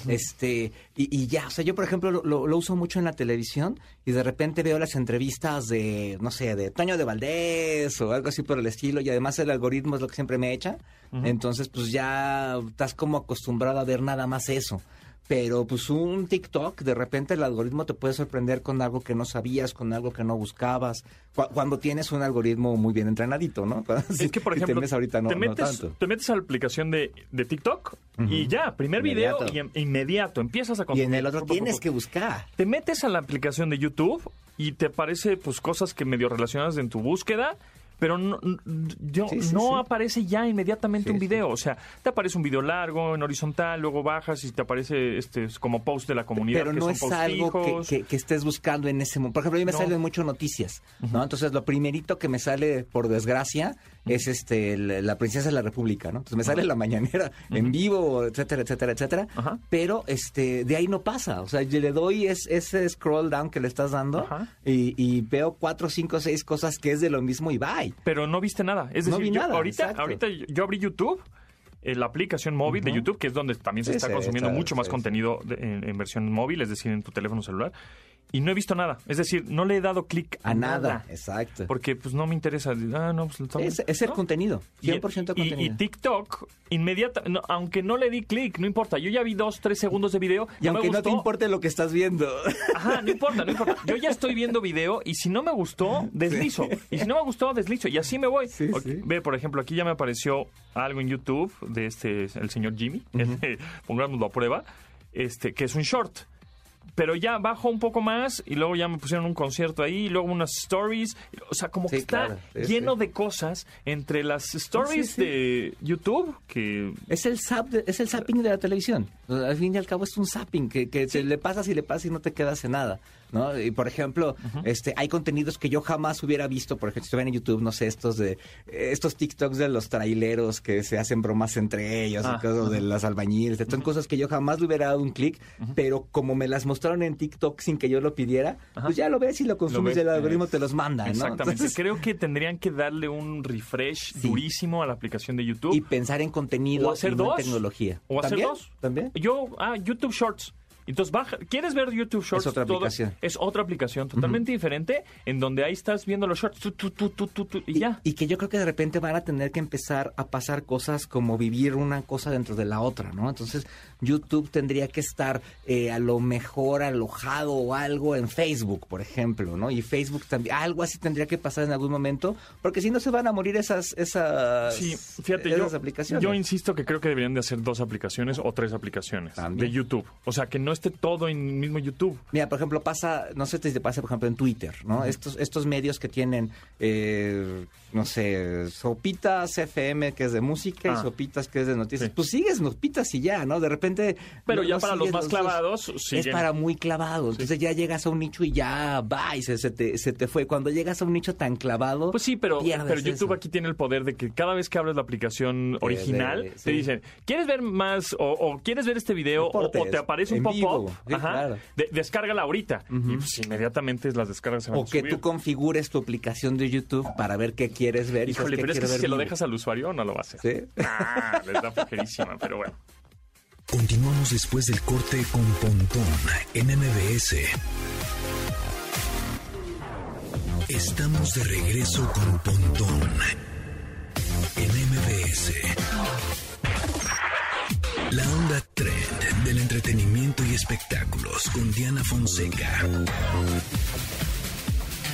C: Este, y, y ya, o sea, yo por ejemplo lo, lo- lo uso mucho en la televisión y de repente veo las entrevistas de, no sé, de Toño de Valdés o algo así por el estilo y además el algoritmo es lo que siempre me echa. Entonces, pues ya estás como acostumbrado a ver nada más eso. Pero pues un TikTok, de repente el algoritmo te puede sorprender con algo que no sabías, con algo que no buscabas, Cu- cuando tienes un algoritmo muy bien entrenadito, ¿no?
B: Es que, por ejemplo,
C: te metes ahorita no,
B: te
C: no
B: metes,
C: tanto.
B: te metes a la aplicación de, de TikTok y ya, primer video
C: Inmediato.
B: y em- inmediato, empiezas a
C: Y
B: consumir.
C: en el otro
B: Pu- pu- pu-
C: tienes que buscar.
B: Te metes a la aplicación de YouTube y te aparece pues cosas que medio relacionadas en tu búsqueda, pero no, n- yo-
C: Sí, sí,
B: no
C: sí.
B: aparece ya inmediatamente
C: Sí,
B: un
C: sí.
B: video. O sea, te aparece un video largo, en horizontal, luego bajas y te aparece este como post de la comunidad.
C: Pero
B: que
C: no
B: son
C: es
B: posts
C: algo que,
B: fijos.
C: que- que estés buscando en ese momento. Por ejemplo, a mí me
B: No.
C: salen mucho noticias, ¿no? Entonces, lo primerito que me sale, por desgracia, es este el- la princesa de la República, ¿no? Entonces, me sale la mañanera en vivo, etcétera, etcétera, etcétera.
B: Ajá.
C: Pero este de ahí no pasa. O sea, yo le doy es- ese scroll down que le estás dando
B: Ajá.
C: y, y veo cuatro, cinco, seis cosas que es de lo mismo y bye.
B: pero no viste nada. Es
C: No
B: decir,
C: vi
B: yo-
C: nada,
B: ahorita,
C: exacto.
B: ahorita yo- yo abrí YouTube, eh, la aplicación móvil de YouTube, que es donde también se
C: Sí,
B: está
C: sí,
B: consumiendo
C: está-
B: mucho más
C: sí, sí.
B: contenido de- en, en versión móvil, es decir, en tu teléfono celular. Y no he visto nada. Es decir, no le he dado clic
C: A nada. Exacto.
B: Porque pues no me interesa. Ah, no, pues, está-
C: Es, es el
B: ¿no?
C: contenido, 100%
B: Y- y-
C: contenido.
B: Y, TikTok, inmediata, no, aunque no le di clic, no importa. Yo ya vi dos, tres segundos de video.
C: y
B: no me
C: aunque no te
B: gustó.
C: importe lo que estás viendo.
B: Ajá, no importa, no importa. Yo ya estoy viendo video y si no me gustó, deslizo. Y si no me gustó, deslizo. Y así me voy.
C: Sí,
B: Ok,
C: sí.
B: Ve, por ejemplo, aquí ya me apareció algo en YouTube de este, el señor Jimmy. Este, pongámoslo a prueba. Este, que es un short. Pero ya bajo un poco más y luego ya me pusieron un concierto ahí, y luego unas stories. O sea, como que
C: Sí,
B: está
C: claro. Sí,
B: lleno
C: sí.
B: de cosas entre las stories
C: sí.
B: de YouTube que
C: Es el, zap de- es el zapping de la televisión. O sea, Al fin y al cabo es un zapping que, que te le pasas y le pasas y no te quedas en nada. ¿no? Y por ejemplo, este, hay contenidos que yo jamás hubiera visto. Por ejemplo, si ven en YouTube, no sé, estos de estos TikToks de los traileros que se hacen bromas entre ellos,
B: Ah,
C: y cosas de las albañiles. Son cosas que yo jamás le hubiera dado un clic, pero como me las mostraron en TikTok sin que yo lo pidiera, pues ya lo ves y lo consumes
B: ves,
C: y el
B: eh,
C: algoritmo te los manda. ¿no?
B: Exactamente.
C: Entonces,
B: Creo que tendrían que darle un refresh
C: Sí.
B: durísimo a la aplicación de YouTube.
C: y pensar en contenido
B: o hacer
C: y no en
B: dos.
C: tecnología.
B: O hacer
C: ¿También?
B: dos.
C: ¿También?
B: Yo, ah, YouTube Shorts. Entonces, baja, ¿quieres ver YouTube Shorts?
C: otra aplicación.
B: Es otra aplicación totalmente diferente en donde ahí estás viendo los shorts tu, tu, tu, tu, tu, tu, y, ya.
C: Y que yo creo que de repente van a tener que empezar a pasar cosas como vivir una cosa dentro de la otra, ¿no? Entonces YouTube tendría que estar eh, a lo mejor alojado o algo en Facebook, por ejemplo, ¿no? Y Facebook también, algo así tendría que pasar en algún momento, porque si no se van a morir esas, esas,
B: Sí, fíjate, yo,
C: esas aplicaciones.
B: yo insisto que creo que deberían de hacer dos aplicaciones o tres aplicaciones
C: También.
B: de YouTube. O sea, que no esté todo en mismo YouTube.
C: Mira, por ejemplo, pasa, no sé si te pasa, por ejemplo, en Twitter, ¿no? Estos, estos medios que tienen, eh, no sé, Sopitas FM, que es de música,
B: Ah.
C: y Sopitas, que es de noticias.
B: Sí.
C: Pues sigues Sopitas y ya, ¿no? De repente...
B: Pero
C: no-
B: ya
C: no
B: para los
C: sigues
B: más
C: dos.
B: clavados,
C: Es
B: siguen.
C: para muy clavados. Entonces ya llegas a un nicho y ya, va, y se, se te, se te fue. Cuando llegas a un nicho tan clavado...
B: Pues sí, pero,
C: pierdes
B: pero YouTube
C: eso.
B: aquí tiene el poder de que cada vez que abres la aplicación original,
C: de-
B: te
C: sí.
B: dicen, ¿quieres ver más o, o quieres ver este video o- o,
C: Deportes,
B: te aparece un
C: en
B: pop-up?
C: vivo. Sí,
B: Ajá,
C: claro.
B: de- descárgala ahorita. Y pues, inmediatamente las descargas se van
C: O
B: a
C: que
B: subir.
C: tú configures tu aplicación de YouTube para ver qué quieres ver. y sabes
B: Híjole,
C: qué
B: pero es que
C: quiero
B: si
C: ver
B: se lo
C: vivo.
B: dejas al usuario, no lo va a hacer.
C: ¿Sí?
B: Ah, les da flojerísima, pero bueno.
A: Continuamos después del corte con Pontón en MBS. Estamos de regreso con Pontón en MBS. La onda trend del entretenimiento y espectáculos con Diana Fonseca.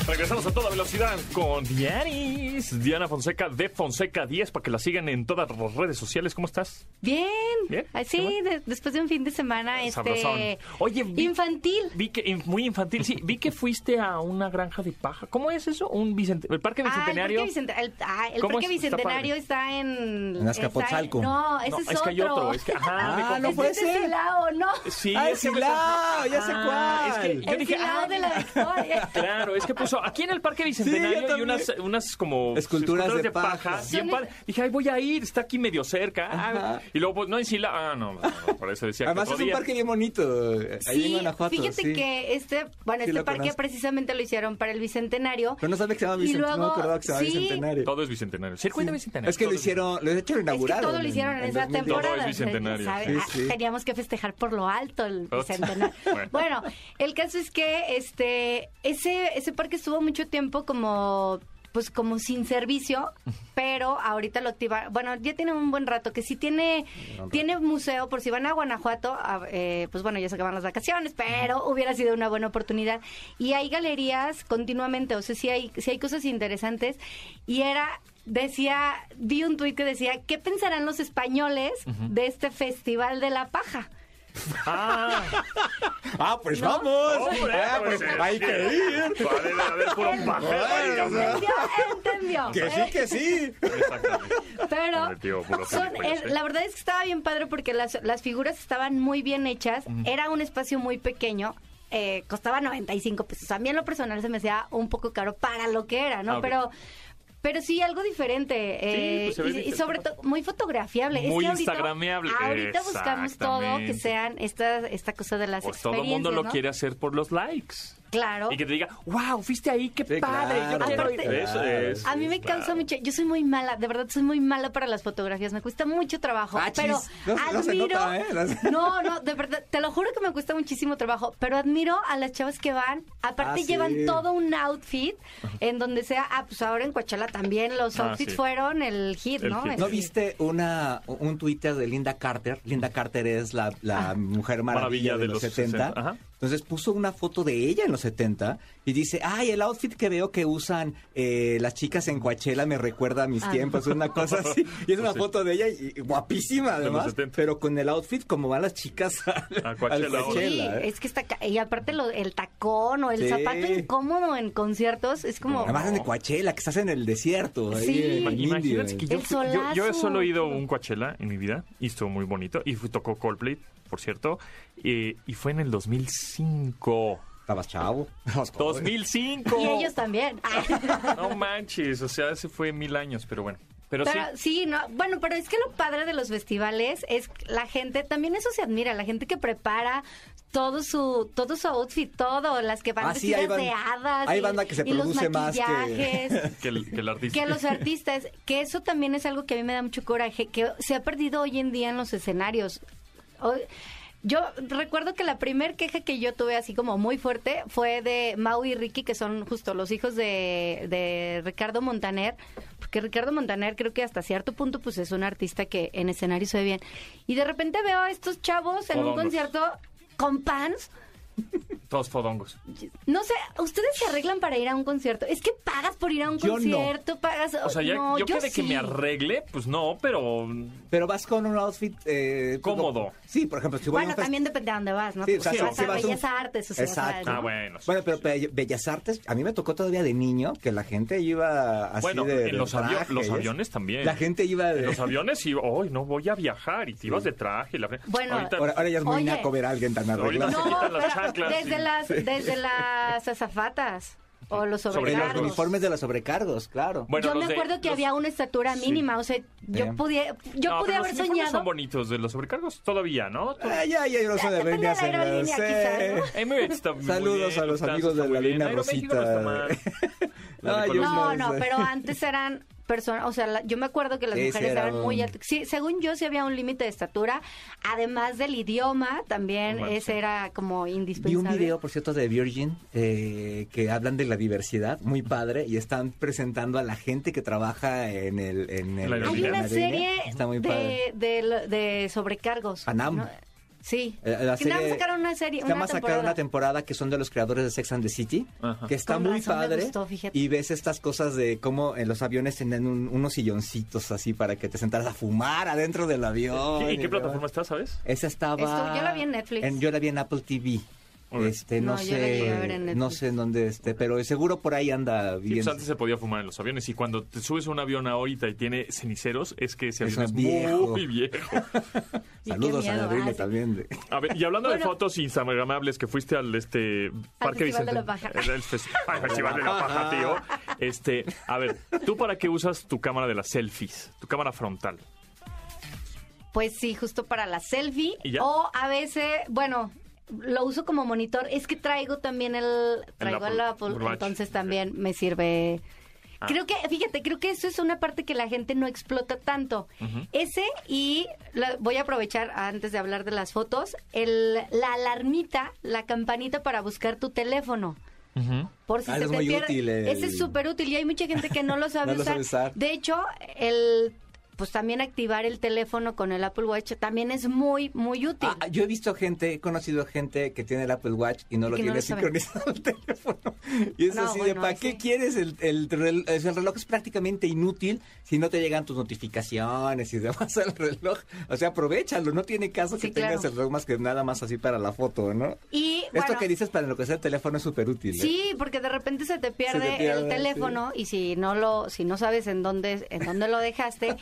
B: Regresamos a toda velocidad con Dianis, Diana Fonseca de Fonseca 10 para que la sigan en todas las redes sociales. ¿Cómo estás?
D: Bien.
B: Bien,
D: Así,
B: qué bueno. Eh,
D: de- después de un fin de semana
B: Sabrosón.
D: este
B: Oye, vi-
D: infantil. Ah,
B: Vi que in- muy infantil, sí, vi que fuiste a una granja de paja. ¿Cómo es eso? Un bicente- el parque
D: Ah, el
B: bicentenario.
D: parque, bicente- el- ah, el
B: ¿Cómo
D: parque
B: es? Está
D: bicentenario
B: padre.
D: está, en
C: En Azcapotzalco.
D: está en- no, ese
B: no,
D: es,
B: es que hay otro, es que ajá,
C: Ah,
B: me confundí.
C: no fue
D: Ese es
C: ese.
D: Silao, no.
B: Sí,
C: Ah,
B: es que
C: Silao, ya sé
B: Ah,
C: cuál.
B: es que yo
D: el
B: dije,
D: Silao
B: ah,
D: de la Victoria.
B: Claro, es que puso eso, aquí en el Parque Bicentenario
C: yo
B: hay unas,
C: también.
B: unas como
C: Esculturas de paja.
B: bien
D: Son-
B: padre. Dije, ay, voy a ir, está aquí medio cerca. Ah,
C: Ajá.
B: y luego, pues, no, en Sila, ah, no, no, no, por eso decía que
C: Además
B: otro
C: es un
B: día.
C: parque bien bonito. eh, Ahí en
D: Sí,
C: Guanajuato.
D: fíjate
C: sí.
D: que este, bueno,
C: Sí,
D: este
C: lo
D: parque
C: conozco.
D: precisamente lo hicieron para el Bicentenario.
C: Pero no sabía que se llama
D: Y
C: Bicentenario. No me
D: luego,
C: acordaba que se llamaba
D: sí,
C: Bicentenario.
B: Todo es Bicentenario. Circuito Bicentenario.
C: Es que lo
B: todo es
C: hicieron, lo de hecho lo inauguraron.
D: Es que todo lo hicieron en,
C: el
D: esa
C: 2010.
D: temporada.
B: Todo es bicentenario, Oh,
D: ¿sabes?
C: sí.
D: Ah,
C: Sí, sí.
D: Teníamos que festejar por lo alto el
B: Ots.
D: bicentenario.
B: Bueno.
D: bueno, el caso es que este ese ese parque estuvo mucho tiempo como pues como sin servicio, pero ahorita lo activaron. Bueno, ya tiene un buen rato que sí tiene tiene museo por si van a Guanajuato, a- eh, pues bueno, ya se acaban las vacaciones, pero hubiera sido una buena oportunidad y hay galerías continuamente, o sea, sí hay sí hay cosas interesantes y era decía, vi un tuit que decía, ¿qué pensarán los españoles de este festival de la paja?
B: Ah,
C: Ah, pues
D: No.
C: vamos.
B: hombre,
C: ah, pues
B: pues,
C: hay
B: sí.
C: que ir.
B: Va a haber- va a haber puro pajero ahí,
C: Bueno, o sea,
B: hombre.
D: Entendió, entendió.
C: Que sí, que sí.
B: Exactamente.
D: Pero
B: Hombre, tío, puro
D: son-
B: gilipollas,
D: eh,
B: ¿eh?
D: la verdad es que estaba bien padre porque las, las figuras estaban muy bien hechas. Era un espacio muy pequeño. eh, costaba 95 pesos. A mí en lo personal se me hacía un poco caro para lo que era, ¿no?
B: Ah, ok.
D: Pero... Pero sí, algo diferente. eh,
B: pues se ve
D: y- y,
B: diferente.
D: sobre todo, muy fotografiable. Es
B: Muy
D: que ahorita-
B: instagrameable.
D: Ahorita buscamos todo que
B: Exactamente.
D: sean esta, esta cosa de las
B: Pues todo el
D: experiencias,
B: mundo lo
D: ¿no?
B: quiere hacer por los likes.
D: Claro.
B: Y que te diga, wow, fuiste ahí, qué
C: Sí,
B: padre.
C: claro,
B: yo quiero ir".
D: aparte-
B: Eso es.
D: A mí me
B: claro.
D: cansa mucho. Yo soy muy mala, de verdad soy muy mala para las fotografías. Me cuesta mucho trabajo.
C: Ah, chis.
D: pero
C: No se- no se
D: admiro.
C: nota, ¿eh? No se-
D: No, no, de verdad, te lo juro que me cuesta muchísimo trabajo. Pero admiro a las chavas que van. Aparte,
C: Ah, sí.
D: llevan todo un outfit en donde sea. Ah, pues ahora en Coachella también los
B: Ah,
D: outfits
B: sí.
D: fueron el hit,
B: El
D: ¿no?
B: hit.
C: ¿No viste una, un Twitter de Linda Carter? Linda Carter es la, la
B: Ah,
C: mujer maravilla, de, los 70.
B: ajá.
C: Entonces puso una foto de ella en los 70 y dice, ay, el outfit que veo que usan eh, las chicas en Coachella me recuerda a mis
D: Ah.
C: tiempos, una cosa así. Y es una
B: sí.
C: foto de ella y- y guapísima
B: los
C: además,
B: 70.
C: pero con el outfit como van las chicas a,
B: A Coachella ahora.
D: Sí,
C: ¿eh?
D: es que está. ca- Y aparte, lo- el tacón o el
C: Sí.
D: zapato incómodo en conciertos es como.
C: Además en Coachella, que estás en el desierto. ahí
D: Sí.
C: en
B: Ima-
C: Indio,
B: Imagínate
C: ¿eh?
B: que yo,
D: El
B: fui- yo, yo he
D: solazo.
B: solo he ido a un Coachella en mi vida y estuvo muy bonito. Y fui- tocó Coldplay, por cierto. eh, y fue en el 2005.
C: Estabas chavo.
B: 2005.
D: Y ellos también.
B: No manches, o sea, hace fue mil años, pero bueno. Pero,
D: Pero
B: sí.
D: sí, no, bueno, pero es que lo padre de los festivales es la gente, también eso se admira, la gente que prepara todo su todo su outfit, todo, las que van
C: Ah, sí,
D: vestidas
C: hay ban-
D: de hadas,
C: hay
D: y-
C: banda que se
D: y los
C: produce más que-
D: maquillajes,
B: Que el, que el artista.
D: que los artistas, que eso también es algo que a mí me da mucho coraje, que se ha perdido hoy en día en los escenarios. Hoy- yo recuerdo que la primer queja que yo tuve así como muy fuerte fue de Mau y Ricky, que son justo los hijos de, de Ricardo Montaner, porque Ricardo Montaner creo que hasta cierto punto pues es un artista que en escenario se ve bien. Y de repente veo a estos chavos en un
B: Fodongos.
D: concierto con pants.
B: Todos fodongos.
D: No sé, ustedes se arreglan para ir a un concierto. Es que pagas por ir a un
C: Yo no.
D: concierto, pagas.
B: O sea, ya,
D: no,
B: yo,
D: yo
B: que de
D: sí.
B: que me arregle, pues no, pero.
C: Pero vas con un outfit eh,
B: Cómodo.
C: Sí, por ejemplo, si voy a
D: Bueno,
C: un fest-
D: también depende de dónde vas, ¿no?
C: Sí,
D: Pues
C: o sea,
D: si
B: sí,
D: vas
B: sí,
D: a
C: vas a un-
D: Bellas Artes, o sea,
C: Exacto.
D: ¿no?
B: Ah, bueno. sí.
C: Bueno, pero Be- Bellas Artes, a mí me tocó todavía de niño que la gente iba así
B: Bueno,
C: de,
B: en
C: de
B: los, avio-
C: traje,
B: los
C: ¿eh?
B: aviones también.
C: La gente iba de...
B: En los aviones y hoy no voy a viajar y te ibas de traje. y La... fre-
D: Bueno,
B: Ahorita-
C: Ahora, ahora ya es muy
D: Oye.
C: naco ver a alguien tan
B: Ahorita se
C: arreglado.
D: No,
B: quitan las
D: pero
B: chanclas
D: desde
B: y-
D: las, desde las azafatas o los
B: Sobre
C: De
B: los
C: los
D: sobrecargos.
C: uniformes de los sobrecargos, claro.
B: Bueno,
D: yo
B: los
D: me
B: de-
D: acuerdo que
B: los-
D: había una estatura mínima, o sea, yo
C: Bien.
D: pude, yo
B: No,
D: pude
B: pero
D: haber
B: los uniformes
D: soñado.
B: son bonitos de los sobrecargos todavía, ¿no?
C: Ah, ya, ya, yo no soy de
D: depende
C: líneas
D: de la
C: en las-
D: aerolínea, quizás,
B: Emirates está muy
C: Saludos
B: bien,
C: a los
B: Lufthansa
C: amigos de
B: está
C: la
B: muy bien,
C: línea
B: Aeroméxico no está mal. La de
C: No, yo
B: Colombia.
D: No,
C: no
D: no,
C: sé.
D: pero antes eran personas, o sea, la- yo me acuerdo que las
C: Sí, sí,
D: mujeres
C: era
D: eran muy
C: un-
D: altas. Sí, según yo sí había un límite de estatura, además del idioma, también
B: Bueno,
D: ese
B: sí.
D: era como
C: Vi un
D: indispensable.
C: video, por cierto, de Virgin eh, que hablan de la diversidad, muy padre, y están presentando a la gente que trabaja en el... En el-
B: la
D: Hay
B: Mira,
D: una
C: aerolínea.
D: serie
C: Está muy padre.
D: de, de, lo- de sobrecargos.
C: Anam.
D: Sí.
C: Eh, la
D: que nada más
C: serie-
D: sacaron una serie,
C: Nada
D: una
C: más sacaron
D: temporada.
C: una temporada que son de los creadores de Sex and the City,
B: Ajá.
C: que está
D: Con
C: muy
D: razón me
C: padre.
D: gustó, fíjate.
C: y ves estas cosas de cómo en los aviones tenían un- unos silloncitos así para que te sentaras a fumar adentro del avión.
B: ¿Y
C: y
B: qué
C: demás.
B: plataforma está, sabes?
C: Esa estaba.
D: Esto, yo la vi en Netflix.
C: yo la vi en Apple TV.
B: Ok.
C: Este, no,
D: No, yo la llegué a ver en
C: sé,
D: Netflix.
C: no sé en dónde esté, pero seguro por ahí anda
B: Sí, pues
C: bien.
B: antes se podía fumar en los aviones y cuando te subes a un avión ahorita y tiene ceniceros es que ese
C: Es
B: avión es,
C: viejo.
B: muy viejo.
D: Y qué
C: Saludos a
D: miedo,
C: la Adriana
D: ah, sí.
C: también. de-
B: A ver, y hablando de
D: Bueno.
B: fotos instagramables que fuiste al este parque
D: Festival
B: Bicentenario.
D: de la Paja.
B: El, el fes- al Festival de la Paja, tío. Este, a ver, ¿tú para qué usas tu cámara de las selfies? Tu cámara frontal.
D: Pues sí, justo para la selfie.
B: ¿Y ya?
D: O a veces, bueno, lo uso como monitor. Es que traigo también el. Traigo
B: Apple
D: el Apple,
B: Watch.
D: entonces
B: Ok.
D: también me sirve.
B: Ah.
D: Creo que, fíjate, creo que eso es una parte que la gente no explota tanto. Ese y la- voy a aprovechar antes de hablar de las fotos, el, la alarmita, la campanita para buscar tu teléfono. Por si
C: Ah,
D: se
C: es
D: te
C: muy
D: pierde.
C: útil el-
D: Ese es súper útil y hay mucha gente que no lo sabe,
C: No lo sabe usar.
D: De hecho, el pues también activar el teléfono con el Apple Watch también es muy, muy útil.
C: Ah, yo he visto gente, he conocido gente que tiene el Apple Watch y no
D: Y
C: lo
D: que no
C: tiene
D: lo sabe.
C: sincronizado al teléfono. Y es
D: No,
C: así de,
D: bueno,
C: ¿para
D: ahí
C: qué
D: sí.
C: quieres el, el reloj? O sea, El reloj es prácticamente inútil si no te llegan tus notificaciones y demás al reloj. O sea, aprovechalo, no tiene caso
D: Sí,
C: que tengas
D: claro.
C: el reloj más que nada más así para la foto, ¿no?
D: y
C: Esto
D: bueno,
C: que dices para enloquecer el teléfono es súper útil. ¿eh?
D: Sí, porque de repente se te pierde, el
C: pierde,
D: teléfono y si no lo, si no sabes en dónde, en dónde lo dejaste,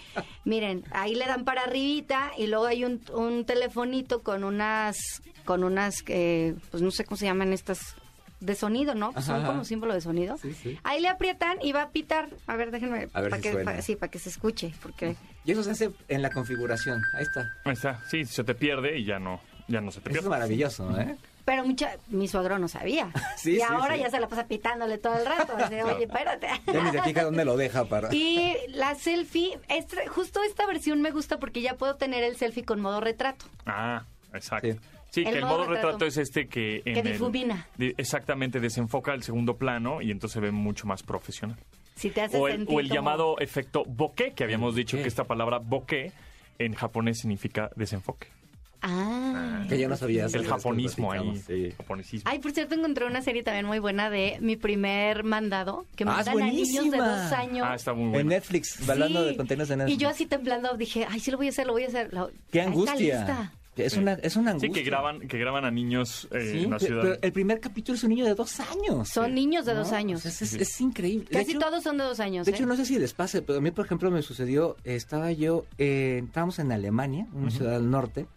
D: miren, ahí le dan para arribita y luego hay un, un telefonito con unas, con unas, eh, pues no sé cómo se llaman estas de sonido, ¿no? Pues son
C: Ajá.
D: como símbolo de sonido.
C: Sí, sí.
D: Ahí le aprietan y va a pitar. A ver, déjenme.
C: A ver
D: para
C: si
D: que,
C: suena.
D: para- sí, para que se escuche, porque
C: Y eso se hace en la configuración. Ahí está.
B: Ahí está. Sí, se te pierde y ya no, ya no se te
C: Eso es
B: pierde.
C: maravilloso, ¿eh?
D: Pero mucha, mi suegro no sabía.
C: Sí,
D: y
C: sí,
D: ahora
C: sí.
D: ya se la pasa pitándole todo el rato. Así, Oye, espérate.
C: Ya ni se fija dónde lo deja para...
D: Y la selfie, esta- justo esta versión me gusta porque ya puedo tener el selfie con modo retrato.
B: Ah, exacto. Sí.
C: Sí.
B: que el, modo retrato, es este que... en el-
D: difumina.
B: di- exactamente, desenfoca el segundo plano y entonces se ve mucho más profesional.
D: Si te hace
B: o el,
D: sentir
B: o el
D: como-
B: llamado efecto bokeh, que habíamos dicho
C: bokeh.
B: que esta palabra bokeh en japonés significa desenfoque.
D: Ah.
C: Que yo no sabía.
B: El japonismo ahí.
C: Sí.
B: Japonicismo.
D: Ay, por cierto, encontré una serie también muy buena de Mi Primer Mandado, que
C: Ah, es
D: mandan a niños de
C: buenísima.
D: dos años.
B: Ah, está muy
C: En
B: bueno.
C: Netflix, hablando
D: Sí.
C: de contenidos de Netflix.
D: Y yo así temblando dije, ay, sí lo voy a hacer, lo voy a hacer. Lo-
C: ¡Qué
D: ahí está
C: angustia!
D: lista.
C: Es
B: Sí.
C: una, es una
B: Sí,
C: angustia.
B: que graban, que graban a niños eh,
C: Sí,
B: en la
C: pe-
B: ciudad.
C: pero el primer capítulo es un niño de dos años.
D: Son niños de dos
C: ¿no?
D: años.
C: O sea, Es, es- es increíble. De
D: Casi
C: hecho-
D: todos son de dos años.
C: De
D: ¿eh?
C: hecho, no sé si les pase, pero a mí, por ejemplo, me sucedió, eh, estaba yo, eh, estábamos en Alemania, una ciudad del norte,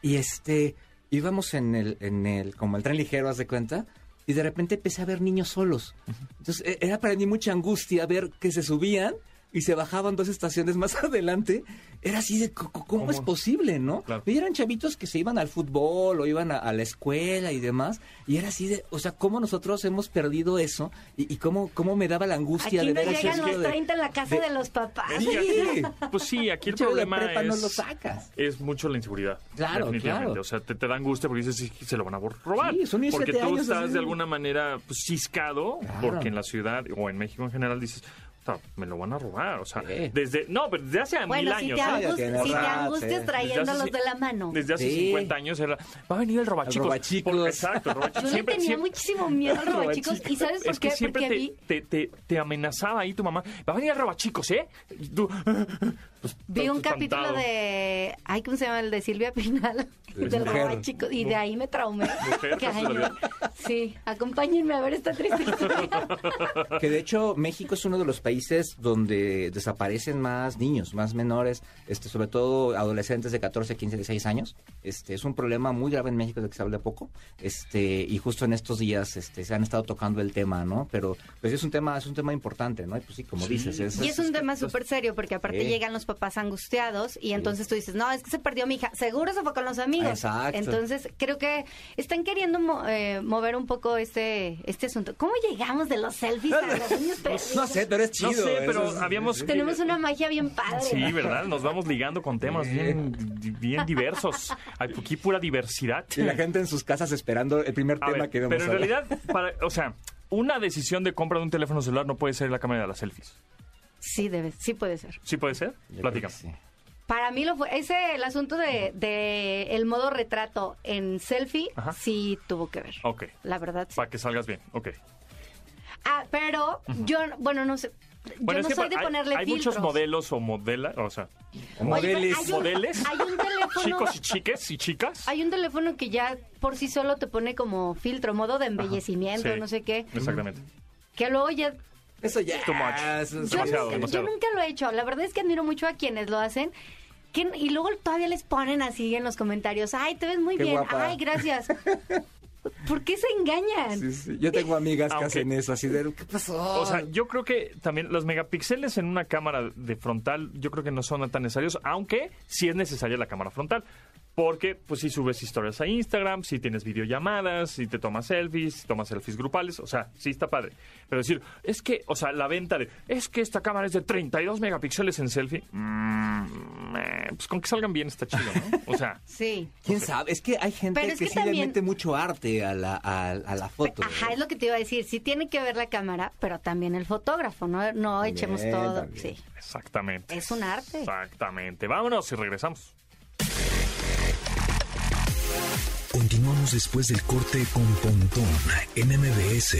C: y este, íbamos en el, en el, como el tren ligero, haz de cuenta, y de repente empecé a ver niños solos. Entonces, eh, era para mí mucha angustia ver que se subían y se bajaban dos estaciones más adelante. Era así de, co- co- ¿cómo,
B: ¿Cómo?
C: es posible, no?
B: Claro.
C: Y eran chavitos que se iban al fútbol o iban a, a la escuela y demás, y era así de, o sea, cómo nosotros hemos perdido eso y, y cómo, cómo me daba la angustia
D: Aquí
C: de
D: no
C: ver a
D: llegan
C: esos
D: los
C: niños de-
D: 30 en la casa de,
C: de-
D: los papás.
B: Sí,
C: Sí.
B: aquí- pues sí, aquí el
C: Chavo de
B: problema
C: prepa
B: es,
C: no lo sacas.
B: es mucho la inseguridad.
C: Claro,
B: definitivamente.
C: claro.
B: O sea, te, te da angustia porque dices, sí, se lo van a bor- robar.
C: Sí, son niños
B: porque tú
C: siete años,
B: estás
C: así.
B: de alguna manera pues, ciscado,
C: Claro.
B: porque en la ciudad o en México en general dices, "Puta, me lo van a robar. O sea,
C: Sí.
B: desde. No, pero desde hace mil
D: Bueno, si
B: años.
D: te,
B: ¿eh?
C: ya
D: angust-
C: tiene
D: si te
C: rato,
D: angustias
C: sí.
D: trayéndolos
B: Desde
D: de
B: hace-
D: la mano.
B: Desde hace
C: Sí.
B: 50 años era, va a venir el robachicos.
C: El robachicos.
B: Por- exacto, el robachicos.
D: Yo le
B: Siempre-
D: tenía
B: siempre-
D: muchísimo miedo a los chicos. ¿Y sabes por
B: es
D: qué?
B: Que siempre
D: Porque
B: te,
D: vi,
B: te, te, te amenazaba ahí tu mamá. Va a venir el robachicos, ¿eh? Y tú, pues,
D: vi un
B: espantado.
D: capítulo de. Ay, ¿cómo se llama? El de Silvia Pinal.
C: De
D: del
C: mujer.
D: roba chicos. Y de ahí me traumé.
B: Mujer,
D: Cañón.
B: pues,
D: Sí, acompáñenme a ver esta triste historia.
C: Que de hecho México es uno de los países donde desaparecen más niños, más menores, este, sobre todo adolescentes de 14, 15, 16 años. Este, es un problema muy grave en México de que se habla poco. Este, y justo en estos días este, se han estado tocando el tema, ¿no? Pero pues es un tema, es un tema importante, ¿no? Y pues sí, como dices, es,
D: Y es un tema súper serio porque aparte
C: Sí.
D: llegan los papás angustiados y entonces tú dices, no, es que se perdió mi hija, seguro se fue con los amigos.
C: Exacto.
D: Entonces creo que están queriendo mo- eh, mover un poco este, este asunto. ¿Cómo llegamos de los selfies a los niños perdidos?
C: No sé, pero es chido. ¿eh?
B: No sé,
C: eso
B: pero
C: es-
B: habíamos...
D: Tenemos una magia bien padre.
B: Sí, ¿verdad? Nos vamos ligando con temas bien, bien diversos. Aquí pura diversidad.
C: Y la gente en sus casas esperando el primer
B: A
C: tema
B: ver,
C: que vemos.
B: pero en realidad, para- o sea, una decisión de compra de un teléfono celular no puede ser la cámara de las selfies.
D: Sí, debe, sí puede ser.
B: ¿Sí puede ser? Platica.
D: Para mí lo fue, ese el asunto de, de el modo retrato en selfie
B: Ajá.
D: sí tuvo que ver.
B: Ok.
D: La verdad. sí.
B: Para que salgas bien. Ok.
D: Ah, pero yo, bueno, no sé.
B: Bueno,
D: yo no
B: es que
D: soy de
B: hay,
D: ponerle
B: hay
D: filtros.
B: muchos modelos o modelas, o sea,
C: Modeles.
D: Oye, pero hay, un, hay un teléfono.
B: Chicos y chiques y chicas.
D: Hay un teléfono que ya por sí solo te pone como filtro, modo de embellecimiento,
B: Sí,
D: no sé qué.
B: Exactamente.
D: Que luego ya
C: Eso ya.
B: Too much.
C: es- es-
D: Yo
B: Demasiado,
D: nunca,
B: demasiado.
D: yo nunca lo he hecho. La verdad es que admiro mucho a quienes lo hacen. Que- y luego todavía les ponen así en los comentarios, ay, te ves muy
C: Qué
D: bien,
C: guapa.
D: ay, gracias. ¿Por qué se engañan?
C: Sí, sí. Yo tengo amigas
B: Aunque-
C: que hacen eso, así de, ¿qué pasó?
B: O sea, yo creo que también los megapíxeles en una cámara de frontal, yo creo que no son tan necesarios, aunque sí es necesaria la cámara frontal. Porque, pues, si subes historias a Instagram, si tienes videollamadas, si te tomas selfies, si tomas selfies grupales, o sea, sí está padre. Pero decir, es que, o sea, la venta de, es que esta cámara es de 32 megapíxeles en selfie, mm, eh, pues con que salgan bien está chido, ¿no? O sea,
D: Sí.
C: ¿Quién sabe? Es que hay gente
D: Pero es
C: que,
D: que
C: sí
D: también-
C: le mete mucho arte a la, a, a la foto.
D: Ajá, es lo que te iba a decir. Sí tiene que ver la cámara, pero también el fotógrafo, ¿no? No
C: También,
D: echemos todo.
C: también.
D: Sí.
B: exactamente.
D: Es un arte.
B: Exactamente. Vámonos y regresamos.
A: Continuamos después del corte con Pontón en MBS.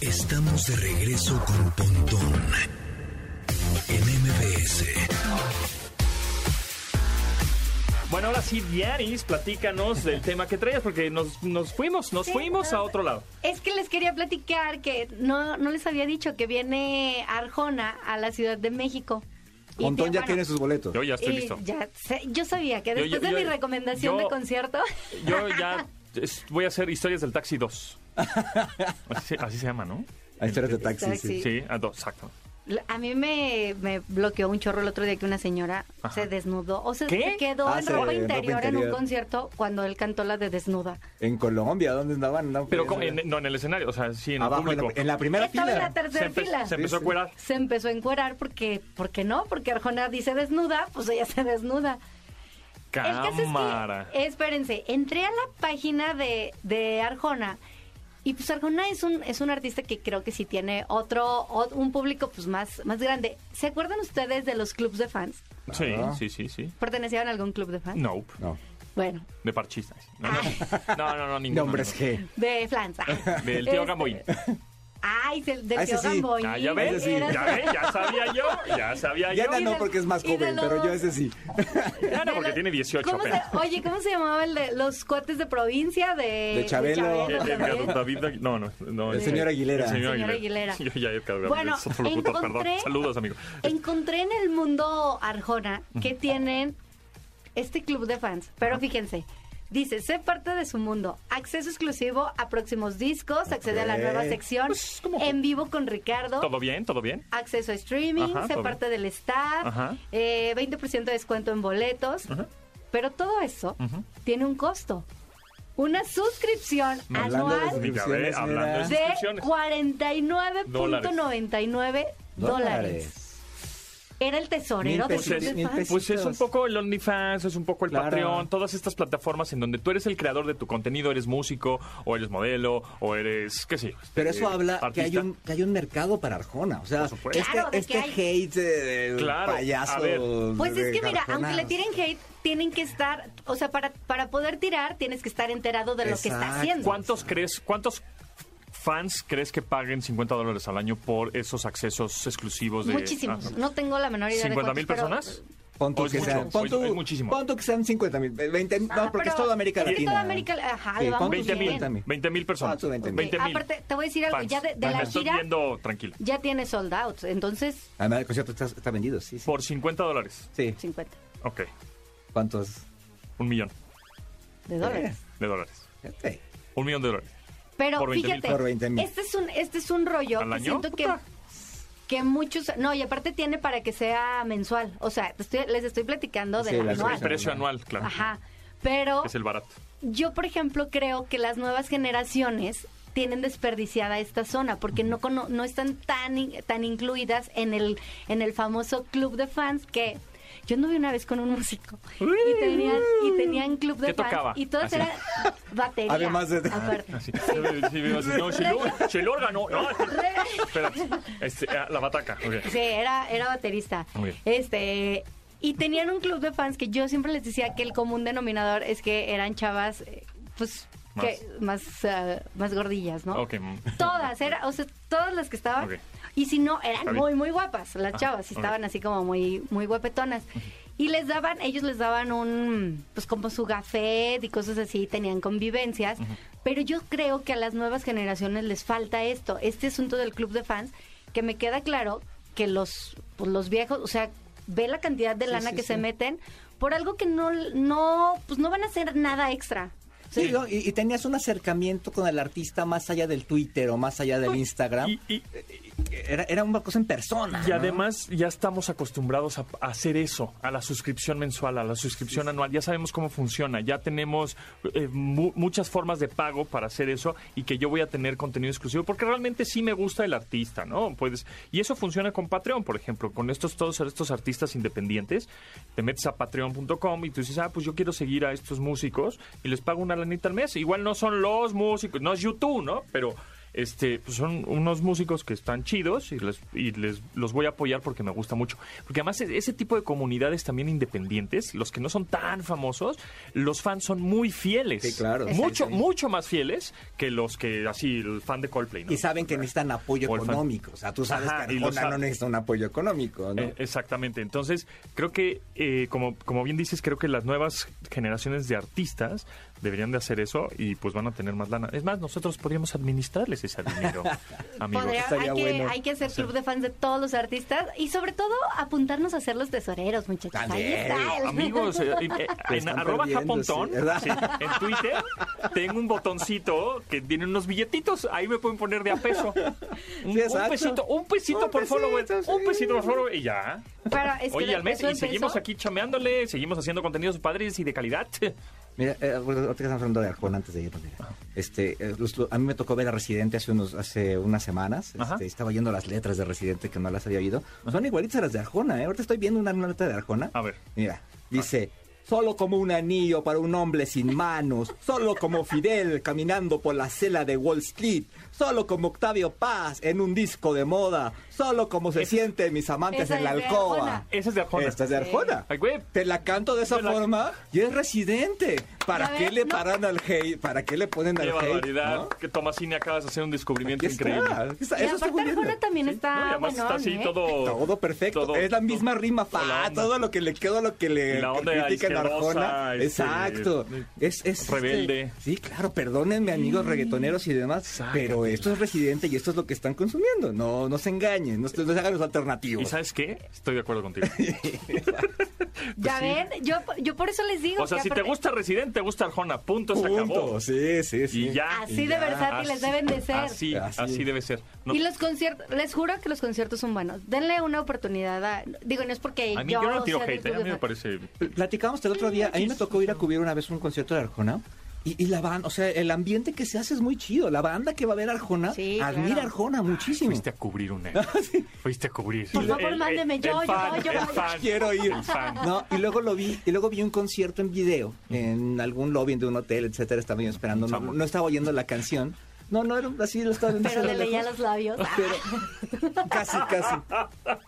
A: Estamos de regreso con Pontón en MBS.
B: Bueno, ahora sí, Diaris, platícanos del tema que traías, porque nos, nos fuimos, nos
D: Sí,
B: fuimos a otro lado.
D: Es que les quería platicar que no, no les había dicho que viene Arjona a la Ciudad de México. Y
C: Montón
D: te-
C: ya
D: bueno,
C: tiene sus boletos.
B: Yo ya estoy
D: y
B: listo.
D: ya sé- yo sabía que
B: Yo-
D: después
B: yo-
D: de
B: yo-
D: mi recomendación de
B: yo-
D: concierto.
B: Yo ya es- voy a hacer historias del taxi 2. Así, así se llama, ¿no?
C: Hay historias de taxi,
D: Taxi.
C: sí.
D: Sí.
B: Sí, a dos, exacto.
D: A mí me, me bloqueó un chorro el otro día que una señora
B: Ajá.
D: se desnudó o se,
B: ¿Qué?
D: se quedó
C: Ah,
D: en
C: se-
D: ropa
C: en ropa
D: interior en un
C: interior.
D: concierto cuando él cantó la de desnuda.
C: En Colombia, ¿dónde andaban? No,
B: Pero
C: pues,
B: como- en- no en el escenario, o sea, sí en
C: abajo,
B: el
C: en la,
B: público.
C: en la primera
D: Estaba en
C: fila.
D: la
B: se,
D: tercera
B: empe-
D: fila.
B: se
D: Se,
B: empezó a
C: Sí, sí.
B: cuerar.
D: empezó a encuerar porque, porque no, porque Arjona dice desnuda, pues ella se desnuda. El
B: Cámara.
D: caso es que, espérense, entré a la página de, de Arjona y pues Arjona es un, es un artista que creo que sí tiene otro, o- un público pues más, más grande. ¿Se acuerdan ustedes de los clubs de fans?
B: Sí,
C: Ajá.
B: sí, sí, sí.
D: ¿Pertenecían a algún club de fans?
B: Nope.
C: No,
D: Bueno,
B: De parchistas. No, no, no, no, no, ninguno,
C: nombres
B: ninguno.
C: G.
D: de Flans. ah.
B: Del tío
D: Este,
B: Gamboín.
D: Ay, del, del
C: Ah, ese
D: tío
C: sí.
D: Gamboín.
B: Ah, ya ves,
D: Era-
B: ya ves, ya sabía yo, ya sabía yo.
C: Diana
D: y
C: no,
D: del-
C: porque es más
D: y de
C: joven, pero
D: los-
C: yo ese sí.
B: Ya no,
D: de
B: porque
D: los-
B: tiene 18
D: ¿cómo se-
B: apenas.
D: oye, ¿cómo se llamaba el de los cuates de provincia? De,
C: De Chabelo.
B: Eh,
D: también?
B: Edgar David Agui- no, no, no,
C: El
B: eh,
C: señor Aguilera.
B: El señor
D: Señor
B: Aguilera.
D: Aguilera.
B: Yo ya Edgar David,
D: Bueno,
B: es otro locutor,
D: encontré-
B: perdón. Saludos, amigo.
D: Encontré en el mundo Arjona que tienen este club de fans, pero fíjense. Dice, sé parte de su mundo. Acceso exclusivo a próximos discos, accede a la
C: Ok.
D: nueva sección,
B: Pues, ¿cómo?
D: en vivo con Ricardo,
B: ¿Todo bien? ¿Todo bien?
D: acceso a streaming,
B: Ajá,
D: sé
B: todo
D: parte del staff,
B: Ajá.
D: eh, 20% de descuento en boletos.
B: Ajá.
D: Pero todo eso
B: Ujú.
D: tiene un costo. Una suscripción
C: Hablando de
D: anual
B: Mira,
C: suscripciones,
B: ve, hablando
C: mira.
B: de
D: de
B: suscripciones.
D: 49.99 dólares. Era el
C: Mil
D: tesorero de
B: pesos,
D: Club de
C: mil
D: Fans.
C: pesos.
B: Pues es un poco el OnlyFans, es un poco el
C: Claro.
B: Patreon, todas estas plataformas en donde tú eres el creador de tu contenido, eres músico, o eres modelo, o eres, qué sé yo.
C: Pero eso
B: eh,
C: habla que hay,
B: artista.
C: un, que hay un mercado para Arjona. O sea,
B: Por supuesto.
C: este,
D: Claro, de
C: este
D: que hay.
C: hate eh,
B: Claro,
C: payaso.
B: a ver.
D: Pues es
C: de
D: que mira,
C: Arjona,
D: aunque le tiren hate, tienen que estar, o sea, para, para poder tirar, tienes que estar enterado de lo que está
C: Exacto.
D: haciendo.
B: ¿Cuántos crees, cuántos fans crees que paguen 50 dólares al año por esos accesos exclusivos de...
D: Muchísimos.
B: Ah,
D: No tengo la menor idea de
B: 50 mil
D: cuántos, pero-
B: personas.
C: Pon tú
B: O es
C: que
B: mucho,
C: sean, pon
B: o es-
C: tú-
B: es muchísimo.
C: pon tú que sean 50 mil, 20 mil,
D: Ah,
C: no, porque
D: pero
C: es toda América
D: es que
C: Latina.
D: toda América- ajá, le vamos
C: pon tú
B: 20 mil.
C: 50 mil.
B: 20 mil personas.
C: Ah, tú 20,000.
B: 20 mil.
D: Aparte, te voy a decir algo,
B: Fans. Ah,
D: ya de, de
B: Me
D: la
B: estoy
D: gira
B: viendo tranquila.
D: ya tiene sold out, entonces
C: Además, el concierto está, está vendido, sí, sí.
B: Por 50 dólares.
C: Sí.
D: 50
B: Ok.
C: ¿Cuántos?
B: Un millón
D: de dólares.
B: de dólares.
C: Fíjate.
B: Un millón de dólares.
D: Pero
B: Por 20,000.
D: fíjate,
C: Por 20,000.
D: este es un este es un rollo
B: ¿Al
D: que
B: año?
D: siento que que muchos no, y aparte tiene para que sea mensual, o sea, te estoy- les estoy platicando de
C: Sí, la
B: El
C: Claro.
D: anual.
B: precio anual, claro.
D: Ah. Ajá. Pero
B: Es el barato.
D: yo, por ejemplo, creo que las nuevas generaciones tienen desperdiciada esta zona porque no cono- no están tan in- tan incluidas en el en el famoso club de fans que yo anduve una vez con un músico y tenían, y tenían club de
B: ¿Qué
D: fans
B: tocaba?
D: y todos
B: Así.
D: eran batería.
C: Además de-
D: aparte.
B: Así. Sí, sí, así, no, Shilur- Shilur ganó. No, espérate. Este, ah, la bataca. ok.
D: Sí, era, era baterista.
B: Muy bien.
D: Este. Y tenían un club de fans que yo siempre les decía que el común denominador es que eran chavas, eh, pues,
B: Más.
D: que más, ah, más gordillas, ¿no?
B: Ok. mm.
D: Todas, era, o sea, todas las que estaban.
B: Ok.
D: Y si no, eran
B: Está bien.
D: muy, muy guapas las
B: Ajá,
D: chavas, y
B: ok.
D: estaban así como muy, muy guapetonas. Y les daban, ellos les daban un, pues como su gafet y cosas así, tenían convivencias. Pero yo creo que a las nuevas generaciones les falta esto, este asunto del club de fans, que me queda claro que los, pues, los viejos, o sea, ve la cantidad de
C: Sí,
D: lana
C: sí,
D: que se
C: sí.
D: meten por algo que no, no, pues no van a hacer nada extra. O sea,
C: Sí, ¿no? y, y tenías un acercamiento con el artista más allá del Twitter o más allá del Instagram.
B: Y, y-
C: Era, era una cosa en persona.
B: y
C: ¿no?
B: además ya estamos acostumbrados a, a hacer eso, a la suscripción mensual, a la suscripción anual. Ya sabemos cómo funciona, ya tenemos eh, mu- muchas formas de pago para hacer eso y que yo voy a tener contenido exclusivo porque realmente sí me gusta el artista, ¿no? Puedes, y eso funciona con Patreon, por ejemplo, con estos todos estos artistas independientes. Te metes a patreon.com y tú dices, ah, pues yo quiero seguir a estos músicos y les pago una lanita al mes. Igual no son los músicos, no es YouTube, ¿no? Pero este, pues son unos músicos que están chidos y, les, y les, los voy a apoyar porque me gusta mucho. Porque además e- ese tipo de comunidades también independientes, los que no son tan famosos, los fans son muy fieles.
C: Sí, claro. Exacto.
B: Mucho,
C: Sí, sí.
B: mucho más fieles que los que así, el fan de Coldplay. ¿no? Eh,
C: Y saben que necesitan apoyo
B: O el fan.
C: económico. O sea, tú sabes
B: Ajá,
C: que
B: y lo
C: Arjona no
B: sabe.
C: necesita un apoyo económico, ¿no?
B: Eh, exactamente. Entonces, creo que, eh, como, como bien dices, creo que las nuevas generaciones de artistas deberían de hacer eso y pues van a tener más lana. Es más, nosotros podríamos administrarles ese dinero, amigos.
D: Podría- hay,
C: estaría
D: que,
C: bueno.
D: hay que hacer club de fans de todos los artistas y sobre todo apuntarnos a ser los tesoreros, muchachos. Ahí
C: También,
D: está el-
B: Amigos, eh, eh, eh,
C: Lo
B: en
C: están
B: arroba
C: perdiendo,
B: japontón,
C: sí, ¿verdad?
B: sí, en Twitter, tengo un botoncito que tiene unos billetitos. Ahí me pueden poner de a peso. Un, un
C: Sí, exacto.
B: pesito, un pesito
C: Un
B: por
C: pesito,
B: follower.
C: sí.
B: Un pesito por follower y ya.
D: Pero es que
B: Oye,
D: de-
B: al mes.
D: eso
B: Y seguimos
D: empezó.
B: aquí chameándole, seguimos haciendo contenidos padres y de calidad.
C: Mira, eh, ahorita ahorita que estamos hablando de Arjona antes de irnos, mira. Este, eh, los- lo- a mí me tocó ver a Residente hace, unos, hace unas semanas.
B: Ajá.
C: Este, estaba oyendo las letras de Residente que no las había oído. Son igualitas a las de Arjona, ¿eh? Ahorita estoy viendo una letra de Arjona.
B: A ver.
C: Mira, dice... Solo como un anillo para un hombre sin manos, solo como Fidel caminando por la cela de Wall Street, solo como Octavio Paz en un disco de moda, solo como se
B: Esa-
C: sienten mis amantes
D: esa
C: en la
D: es de
C: alcoba.
D: Arjona.
B: Esa es de Arjona.
C: Esta es de Arjona.
B: Ay, güey.
C: Te la canto de esa
B: Te la-
C: forma y es residente. ¿Para
D: Ya
C: qué
D: ves,
C: le
D: no.
C: paran al hate? ¿Para qué le ponen al
B: Qué
C: hate?
B: barbaridad.
C: ¿no?
B: Que Tomasini acabas de hacer un descubrimiento
C: Aquí está,
B: increíble.
C: aquí está,
D: Y
C: eso está
D: aparte
C: muy bien.
D: Arjona también
B: ¿eh? No, y
D: está
B: además está
D: buenón,
B: así
D: ¿eh?
B: todo.
C: Todo perfecto.
B: todo-
C: es la misma
B: todo-
C: rima
B: toda la
C: fa,
B: onda.
C: todo lo que le quedó lo que le
B: La onda
C: que critican a
B: asquerosa,
C: Arjona.
B: este,
C: Exacto. Es, es este-
B: rebelde.
C: sí, claro, perdónenme amigos reggaetoneros y demás, pero esto es residente y esto es lo que están consumiendo. No, no se engañen, no, se- no se hagan los
B: ¿Y
C: alternativos.
B: sabes qué? Estoy de acuerdo contigo.
D: Ya ven, yo, yo por eso les digo.
B: pues O sea,
D: que
B: si te
D: aparte-
B: gusta Residente, te gusta Arjona. Punto, se acabó.
C: Punto. Sí, sí, sí.
B: Y ya.
D: Así
B: Y
D: de
B: ya.
D: versátiles
B: Así-
D: deben de ser.
B: Así, así,
C: Así es.
B: debe ser. No,
D: Y los conciertos, les juro que los conciertos son buenos. Denle una oportunidad a. Digo, no es porque
B: a mí yo,
D: yo.
B: no tiro
D: sea del
B: hate, ¿eh?
D: club
B: a mí
D: de
B: me
D: fans.
B: parece...
C: Platicábamos el otro día, a mí me tocó ir a cubrir una vez un concierto de Arjona. Y, y la banda, o sea, el ambiente que se hace es muy chido. La banda que va a ver a Arjona
D: Sí,
C: admira
D: claro.
C: a Arjona muchísimo.
B: Fuiste a cubrir una. Fuiste a cubrir.
D: Por favor,
B: el-
D: mándeme,
B: el
D: yo, yo,
B: fan,
D: yo,
B: el
D: yo.
B: fan,
C: Quiero ir.
B: el fan.
C: No, y luego lo vi, y luego vi un concierto en video, en algún lobby de un hotel, etcétera, estaba yo esperando, no, no estaba oyendo la canción. No, no era así, lo estaba viendo.
D: Pero
C: desde
D: le leía
C: lejos.
D: los labios.
C: Pero, casi, casi.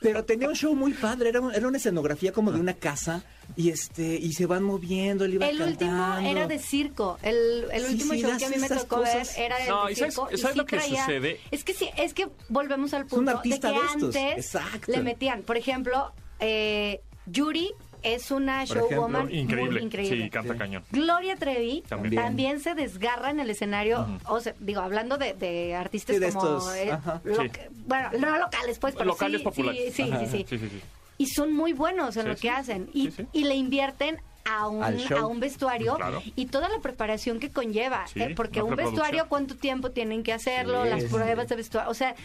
C: Pero tenía un show muy padre, era, un- era una escenografía como
B: Ah.
C: de una casa, y este, y se van moviendo, él iba
D: El último
C: cantando.
D: era de circo. El, el
C: Sí,
D: último
C: sí,
D: show
C: las-
D: que a mí me
C: esas
D: tocó
C: cosas.
D: ver era el
B: No,
D: de
B: ¿y sabes-
D: circo. y
B: sabes
D: sí
B: lo que
D: traía-
B: sucede?
D: Es que sí, es que volvemos al
C: un
D: punto
C: artista
D: de
C: de
D: que
C: estos,
D: antes
C: exacto.
D: le metían, por ejemplo, eh, Yuri es una showwoman muy
B: Increíble.
D: increíble.
B: Sí, canta cañón.
D: Gloria Trevi
B: También.
D: también. se desgarra en el escenario, o sea, digo, hablando de, de artistas
C: Sí, de
D: como... eh,
C: estos, ajá.
D: lo-
B: Sí.
D: Bueno, no locales, pues, pero
B: Locales
D: sí,
B: populares.
D: Sí, sí, sí,
B: Sí, sí, sí.
D: Y son muy buenos en
B: Sí,
D: lo
B: sí.
D: que hacen. Y,
B: Sí, sí.
D: y le invierten a un,
C: Al show.
D: a un vestuario
B: Claro.
D: y toda la preparación que conlleva.
B: Sí,
D: ¿eh? Porque
B: la
D: un
B: preproducción.
D: vestuario, ¿cuánto tiempo tienen que hacerlo?
C: Sí,
D: las
C: sí.
D: pruebas de vestuario. O sea,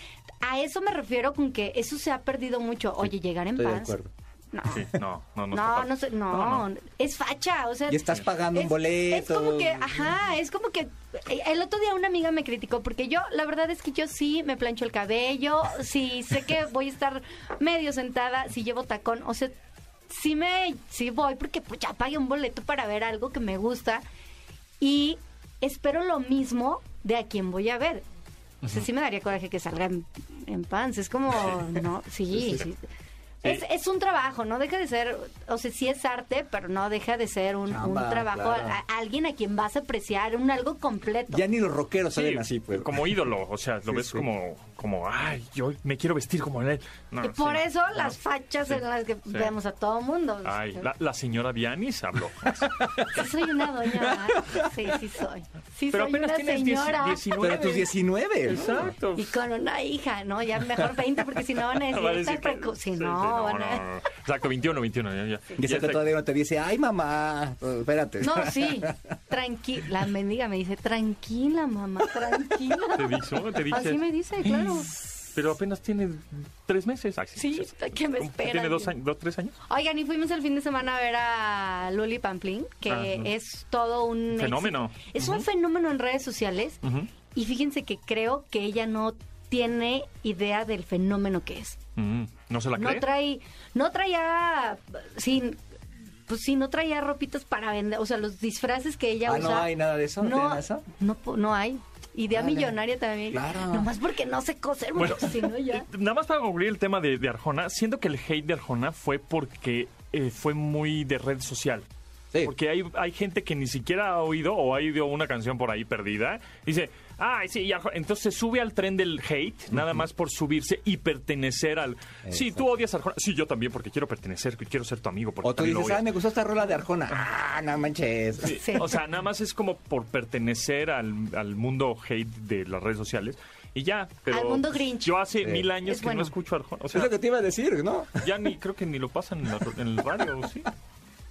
D: a eso me refiero con que eso se ha perdido mucho. Oye, llegar en
C: Estoy de
D: paz.
C: acuerdo.
D: No.
B: Sí, no, no, no. está
D: No,
B: padre.
D: no, sé, no, es facha, o sea...
C: Y estás pagando un boleto.
D: Es como que, ajá, es como que... eh, El otro día una amiga me criticó porque yo, la verdad es que yo sí me plancho el cabello, sí sé que voy a estar medio sentada, si llevo tacón, o sea, sí me... sí voy porque pues ya pagué un boleto para ver algo que me gusta y espero lo mismo de a quien voy a ver. O sea, sí me daría coraje que salgan en pants, es como... No, sí, sí. Es, es un trabajo, no deja de ser, o sea, sí es arte, pero no deja de ser un, un
C: Chamba,
D: trabajo,
C: claro.
D: a- a alguien a quien vas a apreciar, un algo completo.
C: Ya ni los rockeros
B: Sí,
C: salen así, pues.
B: Como ídolo, o sea, lo
C: Sí,
B: ves
C: sí.
B: como, como, ay, yo me quiero vestir como él. No,
D: Y por
B: sí,
D: eso
B: no.
D: las fachas
B: Sí,
D: en las que
B: sí.
D: vemos a todo mundo.
B: Ay, la, la señora Vianis habló.
D: Sí Este. soy una doña, ¿verdad? sí, sí soy. Sí
B: Pero
D: soy
B: apenas
D: una
B: tienes dieci-
D: señora.
B: 19.
C: Pero tus 19. ¿no?
B: Exacto. Ah,
D: Y con una hija, ¿no? Ya mejor 20 porque si no van a decir,
B: Va a decir
D: "Estás
B: que-
D: preco-". Si
B: sí, sí,
D: no,
B: no,
D: van a-
B: no, no. Exacto, 21, 21. Ya, ya.
C: Y
B: Ya
C: esa que
B: está-
C: todavía no te dice, ay mamá, eh, espérate.
D: No, sí, tranquila. La mendiga me dice, tranquila, mamá, tranquila.
B: Te dijo, te
D: Así
B: dije.
D: me dice, claro.
B: Pero apenas tiene tres meses. Ay,
D: Sí, ¿qué me
B: ¿Cómo?
D: espera?
B: ¿Tiene dos, años, dos, tres años?
D: Oigan, y fuimos el fin de semana a ver a Luli Pamplín, que
B: Ah, Ajá.
D: es todo un...
B: Fenómeno.
D: éxito. Es un fenómeno en redes sociales.
B: Ujú.
D: Y fíjense que creo que ella no tiene idea del fenómeno que es.
B: Mm, ¿No se la
D: No
B: cree?
D: trae, no traía, sí, pues sí, no traía ropitas para vender, o sea, los disfraces que ella
C: Ah,
D: usa.
C: no hay nada de eso, ¿no
D: No,
C: tienen eso?
D: no, po- no hay. Idea
C: Vale.
D: millonaria también.
C: Claro.
D: Nomás porque no sé coser, bueno, si no ya.
B: eh, Nada más para concluir el tema de, de Arjona, siento que el hate de Arjona fue porque eh, fue muy de red social.
C: Sí.
B: Porque hay, hay gente que ni siquiera ha oído o ha oído una canción por ahí perdida. Dice, ay, sí, y Arjona". entonces sube al tren del hate, nada más por subirse y pertenecer al. Sí, tú odias a Arjona. Sí, yo también, porque quiero pertenecer, quiero ser tu amigo. Porque
C: O tú
B: también lo
C: dices, ah,
B: odias".
C: me gustó esta rola de Arjona. Ah, no manches.
B: Sí,
D: Sí.
B: O sea, nada más es como por pertenecer al, al mundo hate de las redes sociales. Y ya, pero.
D: Al mundo Grinch.
B: Yo hace
C: Sí.
B: mil años
D: Es
B: que
D: bueno.
B: no escucho a Arjona. O
C: Es
B: sea,
C: lo que te iba a decir, ¿no?
B: ya ni creo que ni lo pasan en, la- en el radio, ¿sí?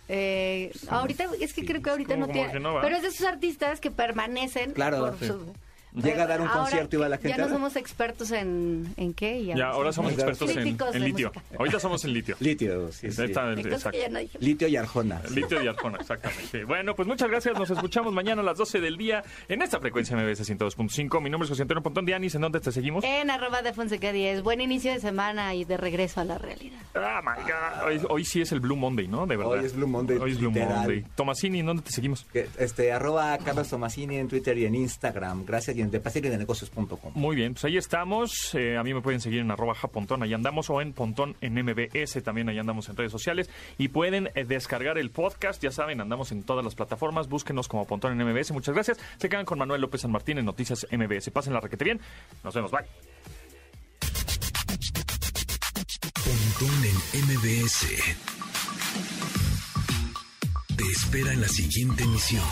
D: Eh, ahorita, es que creo que ahorita
B: como-
D: no
B: como
D: tiene.
B: que no va.
D: pero es de esos artistas que permanecen.
C: Claro,
D: por
C: sí.
D: su-
C: Llega a dar un
D: Ahora
C: concierto y va la
D: que
C: gente,
D: Ya no
C: ¿no?
D: somos expertos en, en qué. Y
B: Ya, ahora somos
C: Claro.
B: expertos en,
D: pues Críticos
B: en
D: de
B: litio.
D: música.
B: Ahorita somos en litio.
C: Litio, sí, sí.
B: Ahí está,
D: De cosas
B: exacto.
D: que ya no dije.
C: Litio y Arjona. sí.
B: Litio y Arjona, exactamente. Bueno, pues muchas gracias. Nos escuchamos mañana a las 12 del día en esta frecuencia MBS 102.5. Mi nombre es José Antonio Pontón de Anis. ¿En dónde te seguimos?
D: En arroba de Fonseca 10. Buen inicio de semana y de regreso a la realidad.
B: Ah, my God. Hoy, hoy sí es el Blue Monday, ¿no? De verdad.
C: Hoy es Blue Monday,
B: Hoy es Blue
C: literal.
B: Monday. Tomasini, ¿en dónde te seguimos?
C: Que, Este, arroba Carlos Tomasini en Twitter y en Instagram. Gracias y en depaciendenegocios.com.
B: Muy bien, pues ahí estamos. Eh, a mí me pueden seguir en arroba japontón, ahí andamos, o en pontón en MBS, también ahí andamos en redes sociales. Y pueden eh, descargar el podcast, ya saben, andamos en todas las plataformas, búsquenos como pontón en MBS. Muchas gracias. Se quedan con Manuel López San Martín en Noticias MBS. Pasen la requete bien. Nos vemos, bye.
A: Pontón en MBS. Te espera en la siguiente emisión.